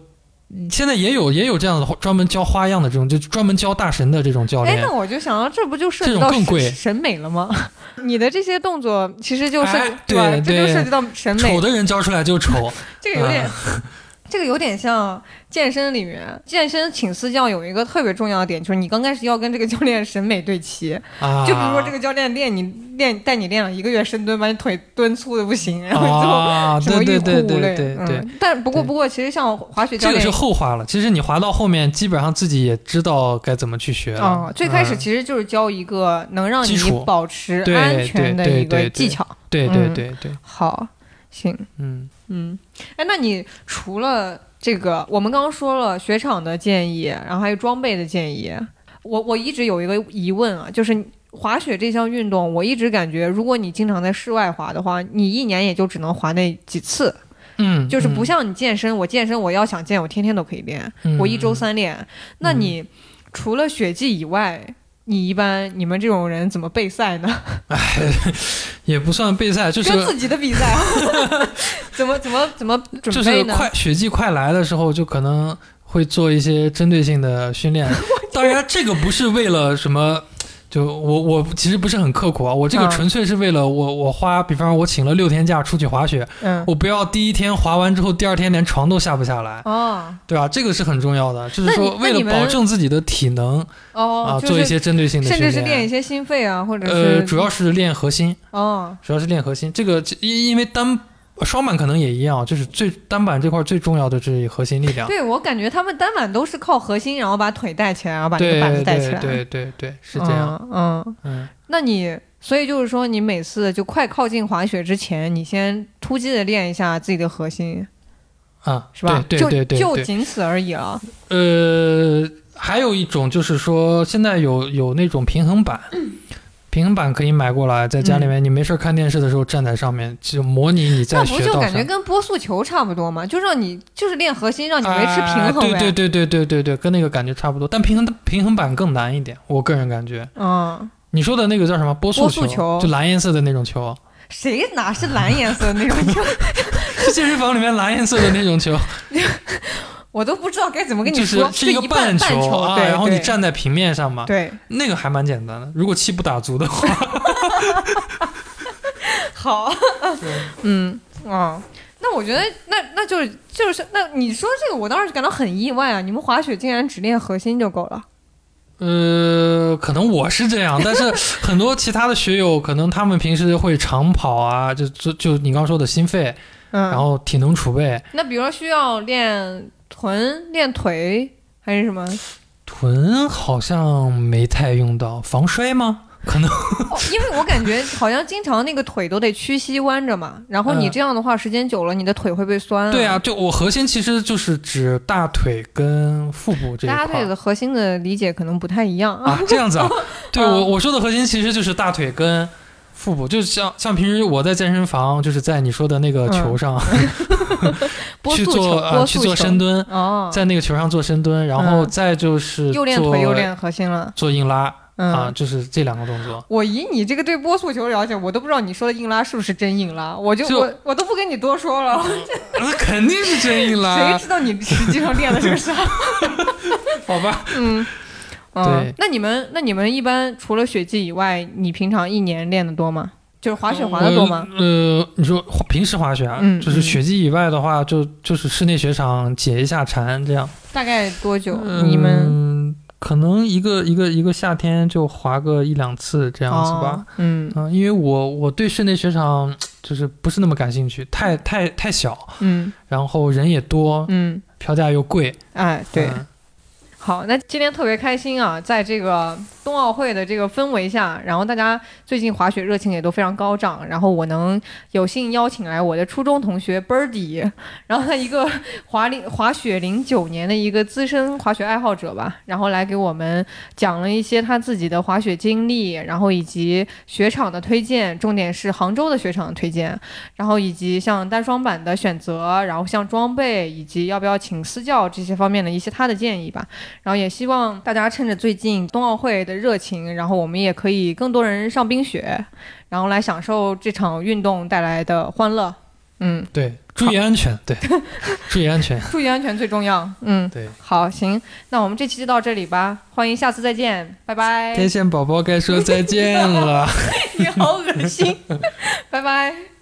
S2: 现在也有也有这样的专门教花样的这种，就专门教大神的这种教
S1: 哎，
S2: 练
S1: 那。我就想到，这不就涉
S2: 这
S1: 及
S2: 种
S1: 到
S2: 更
S1: 审
S2: 贵
S1: 审美了吗？ 你的这些动作其实就涉及、
S2: 哎
S1: 吧？
S2: 对
S1: 这就
S2: 对
S1: 涉及到审美
S2: 丑，的人教出来 就丑，
S1: 这个有点，
S2: 啊
S1: 这个有点像健身里面，健身请私教有一个特别重要的点，就是你刚开始要跟这个教练审美对齐。
S2: 啊，
S1: 就比如说这个教练练你练带你练了一个月深蹲，把你腿蹲粗的不行，然后你最后。
S2: 啊，
S1: 什么
S2: 对
S1: 欲
S2: 对
S1: 哭
S2: 对
S1: 无泪
S2: 对对对，
S1: 嗯，但不过
S2: 对
S1: 不过，其实像滑雪教
S2: 这个
S1: 练
S2: 是后话了。其实你滑到后面，基本上自己也知道该怎么去学了。
S1: 啊，最开始
S2: 嗯
S1: 其实就是教一个能让
S2: 基
S1: 你
S2: 础
S1: 保持
S2: 对
S1: 安全的
S2: 对
S1: 一个
S2: 对对
S1: 技巧。
S2: 对对
S1: 嗯
S2: 对对，
S1: 好，行，
S2: 嗯
S1: 嗯，哎，那你除了这个，我们刚刚说了雪场的建议，然后还有装备的建议，我我一直有一个疑问啊，就是。滑雪这项运动，我一直感觉，如果你经常在室外滑的话，你一年也就只能滑那几次，
S2: 嗯，
S1: 就是不
S2: 嗯
S1: 像你健身，我健身我要想健，我天天都可以练，我一周，三练。那
S2: 嗯
S1: 你除了雪季以外，你一般你们这种人怎么备赛呢？
S2: 嗯也不算备赛，就是
S1: 跟自己的比赛，啊 怎么怎么怎么
S2: 就
S1: 准
S2: 是
S1: 备呢？
S2: 快雪季快来的时候，就可能会做一些针对性的 训练。当然，这个不是为了什么。就我我其实不是很刻苦啊，我这个
S1: 啊
S2: 纯粹是为了我我花，比方说我请了六天假出去滑雪，
S1: 嗯，
S2: 我不要第一天滑完之后，第二天连床都下不下来，
S1: 哦
S2: 对吧？这个是很重要的，就是说
S1: 那
S2: 为
S1: 你那你
S2: 了
S1: 们
S2: 保证自己的体能啊，
S1: 哦，就
S2: 做一
S1: 是
S2: 些针对性的
S1: 甚
S2: 训
S1: 至是练一
S2: 练。
S1: 些心肺啊，或者
S2: 呃，
S1: 是
S2: 主要是练核心，
S1: 哦，
S2: 主要是练核心。这个这因因为单双板可能也一样，就是最单板这块最重要的是核心力量。
S1: 对我感觉他们单板都是靠核心，然后把腿带起来，然后把那
S2: 对
S1: 个板子带起来，
S2: 对对对对，是这样。
S1: 嗯，嗯，
S2: 嗯，
S1: 那你。所以就是说，你每次就快靠近滑雪之前，你先突击的练一下自己的核心，
S2: 啊，
S1: 是吧？
S2: 对对对
S1: 就
S2: 对
S1: 就
S2: 对。
S1: 仅此而已了。
S2: 呃，还有一种就是说，现在有有那种平衡板。
S1: 嗯
S2: 平衡板可以买过来，在家里面你没事儿看电视的时候站在上面，就模拟你
S1: 那
S2: 在
S1: 不
S2: 雪
S1: 就
S2: 道
S1: 感觉
S2: 上。
S1: 跟波速球差不多吗？就让你就是练核心，让你维持
S2: 啊
S1: 平衡呗。
S2: 对对对对对对对，跟那个感觉差不多，但平衡平衡板更难一点，我个人感觉。
S1: 嗯，
S2: 你说的那个叫什么波速
S1: 波速球
S2: 就蓝颜色的那种球，
S1: 谁哪是蓝颜色的那种球？
S2: 是健身房里面蓝颜色的那种球，
S1: 我都不知道该怎么跟你
S2: 就是
S1: 说，
S2: 是一个
S1: 就半
S2: 球
S1: 球，
S2: 啊，
S1: 对，
S2: 然后你
S1: 对
S2: 站在平面上 嘛，
S1: 对，
S2: 那个还蛮简单的，如果气不打足的话，
S1: 好，嗯，哦，那我觉得，那那就是就是那你说这个，我当时感到很意外啊！你们滑雪竟然只练核心就够了。
S2: 呃，可能我是这样，但是很多其他的学友，可能他们平时会长跑啊，就就就你刚刚说的心肺，
S1: 嗯，
S2: 然后体能储备，
S1: 那比如说需要练臀、练腿还是什 么？哦
S2: 臀好像没太用到，防摔吗？可能
S1: 哦，因为我感觉好像经常那个腿都得屈膝弯着嘛，然后你
S2: 嗯
S1: 这样的话，时间久了你的腿会被酸、
S2: 对啊，，就我核心其实就是指大腿跟腹部这一块
S1: 大家
S2: 儿。
S1: 对的核心的理解可能不太一样啊。
S2: 啊，这样子 啊，对
S1: 嗯
S2: 我我说的核心其实就是大腿跟腹部，就像像平时我在健身房，就是在你说的那个球上、
S1: 嗯波
S2: 去
S1: 速球，
S2: 做啊
S1: 波
S2: 去
S1: 速
S2: 做
S1: 球，
S2: 深蹲，
S1: 哦，
S2: 在那个球上做深蹲，然后
S1: 嗯
S2: 再就是
S1: 又
S2: 做
S1: 练腿又练核心了。
S2: 做硬拉
S1: 嗯，
S2: 啊，就是这两个动作。
S1: 我以你这个对波速球了解，我都不知道你说的硬拉是不是真硬拉，我就
S2: 就
S1: 我我都不跟你多说了，
S2: 哦那肯定是真硬
S1: 谁
S2: 拉，啊
S1: 知道你实际上练的是个 啥？
S2: 好吧？
S1: 嗯。嗯
S2: 对，
S1: 那你们那你们一般除了雪季以外，你平常一年练的多吗？就是滑雪滑的多吗？
S2: 呃？呃，你说滑平时滑雪啊，
S1: 嗯
S2: 就是雪季以外的话，就就是室内雪场解一下馋这样。
S1: 大概多久？你们
S2: 嗯、可能一个一个一个夏天就滑个一两次这
S1: 这
S2: 样子吧。？
S1: 哦嗯
S2: 嗯，因为我我对室内雪场就是不是那么感兴趣，太太太小，
S1: 嗯
S2: 然后人也多，
S1: 嗯，
S2: 票价又贵。
S1: 哎，对，
S2: 嗯
S1: 好，那今天特别开心啊，在这个冬奥会的这个氛围下，然后大家最近滑雪热情也都非常高涨，然后我能有幸邀请来我的初中同学 Birdy，然 后他一个滑零滑雪零九年的一个资深滑雪爱好者吧，然后来给我们讲了一些他自己的滑雪经历，然后以及雪场的推荐，重点是杭州的雪场的推荐，然后以及像单双板的选择，然后像装备以及要不要请私教这些方面的一些他的建议吧。然后也希望大家趁着最近冬奥会的热情，然后我们也可以更多人上冰雪，然后来享受这场运动带来的欢乐。嗯，
S2: 对，注意安全， 对，注意安全，
S1: 注意安全最重要。嗯，
S2: 对。
S1: 好，行，那我们这期就到这里吧，欢迎下次再见，拜拜。
S2: 天线宝宝该说再见了。
S1: 你好恶心，拜拜。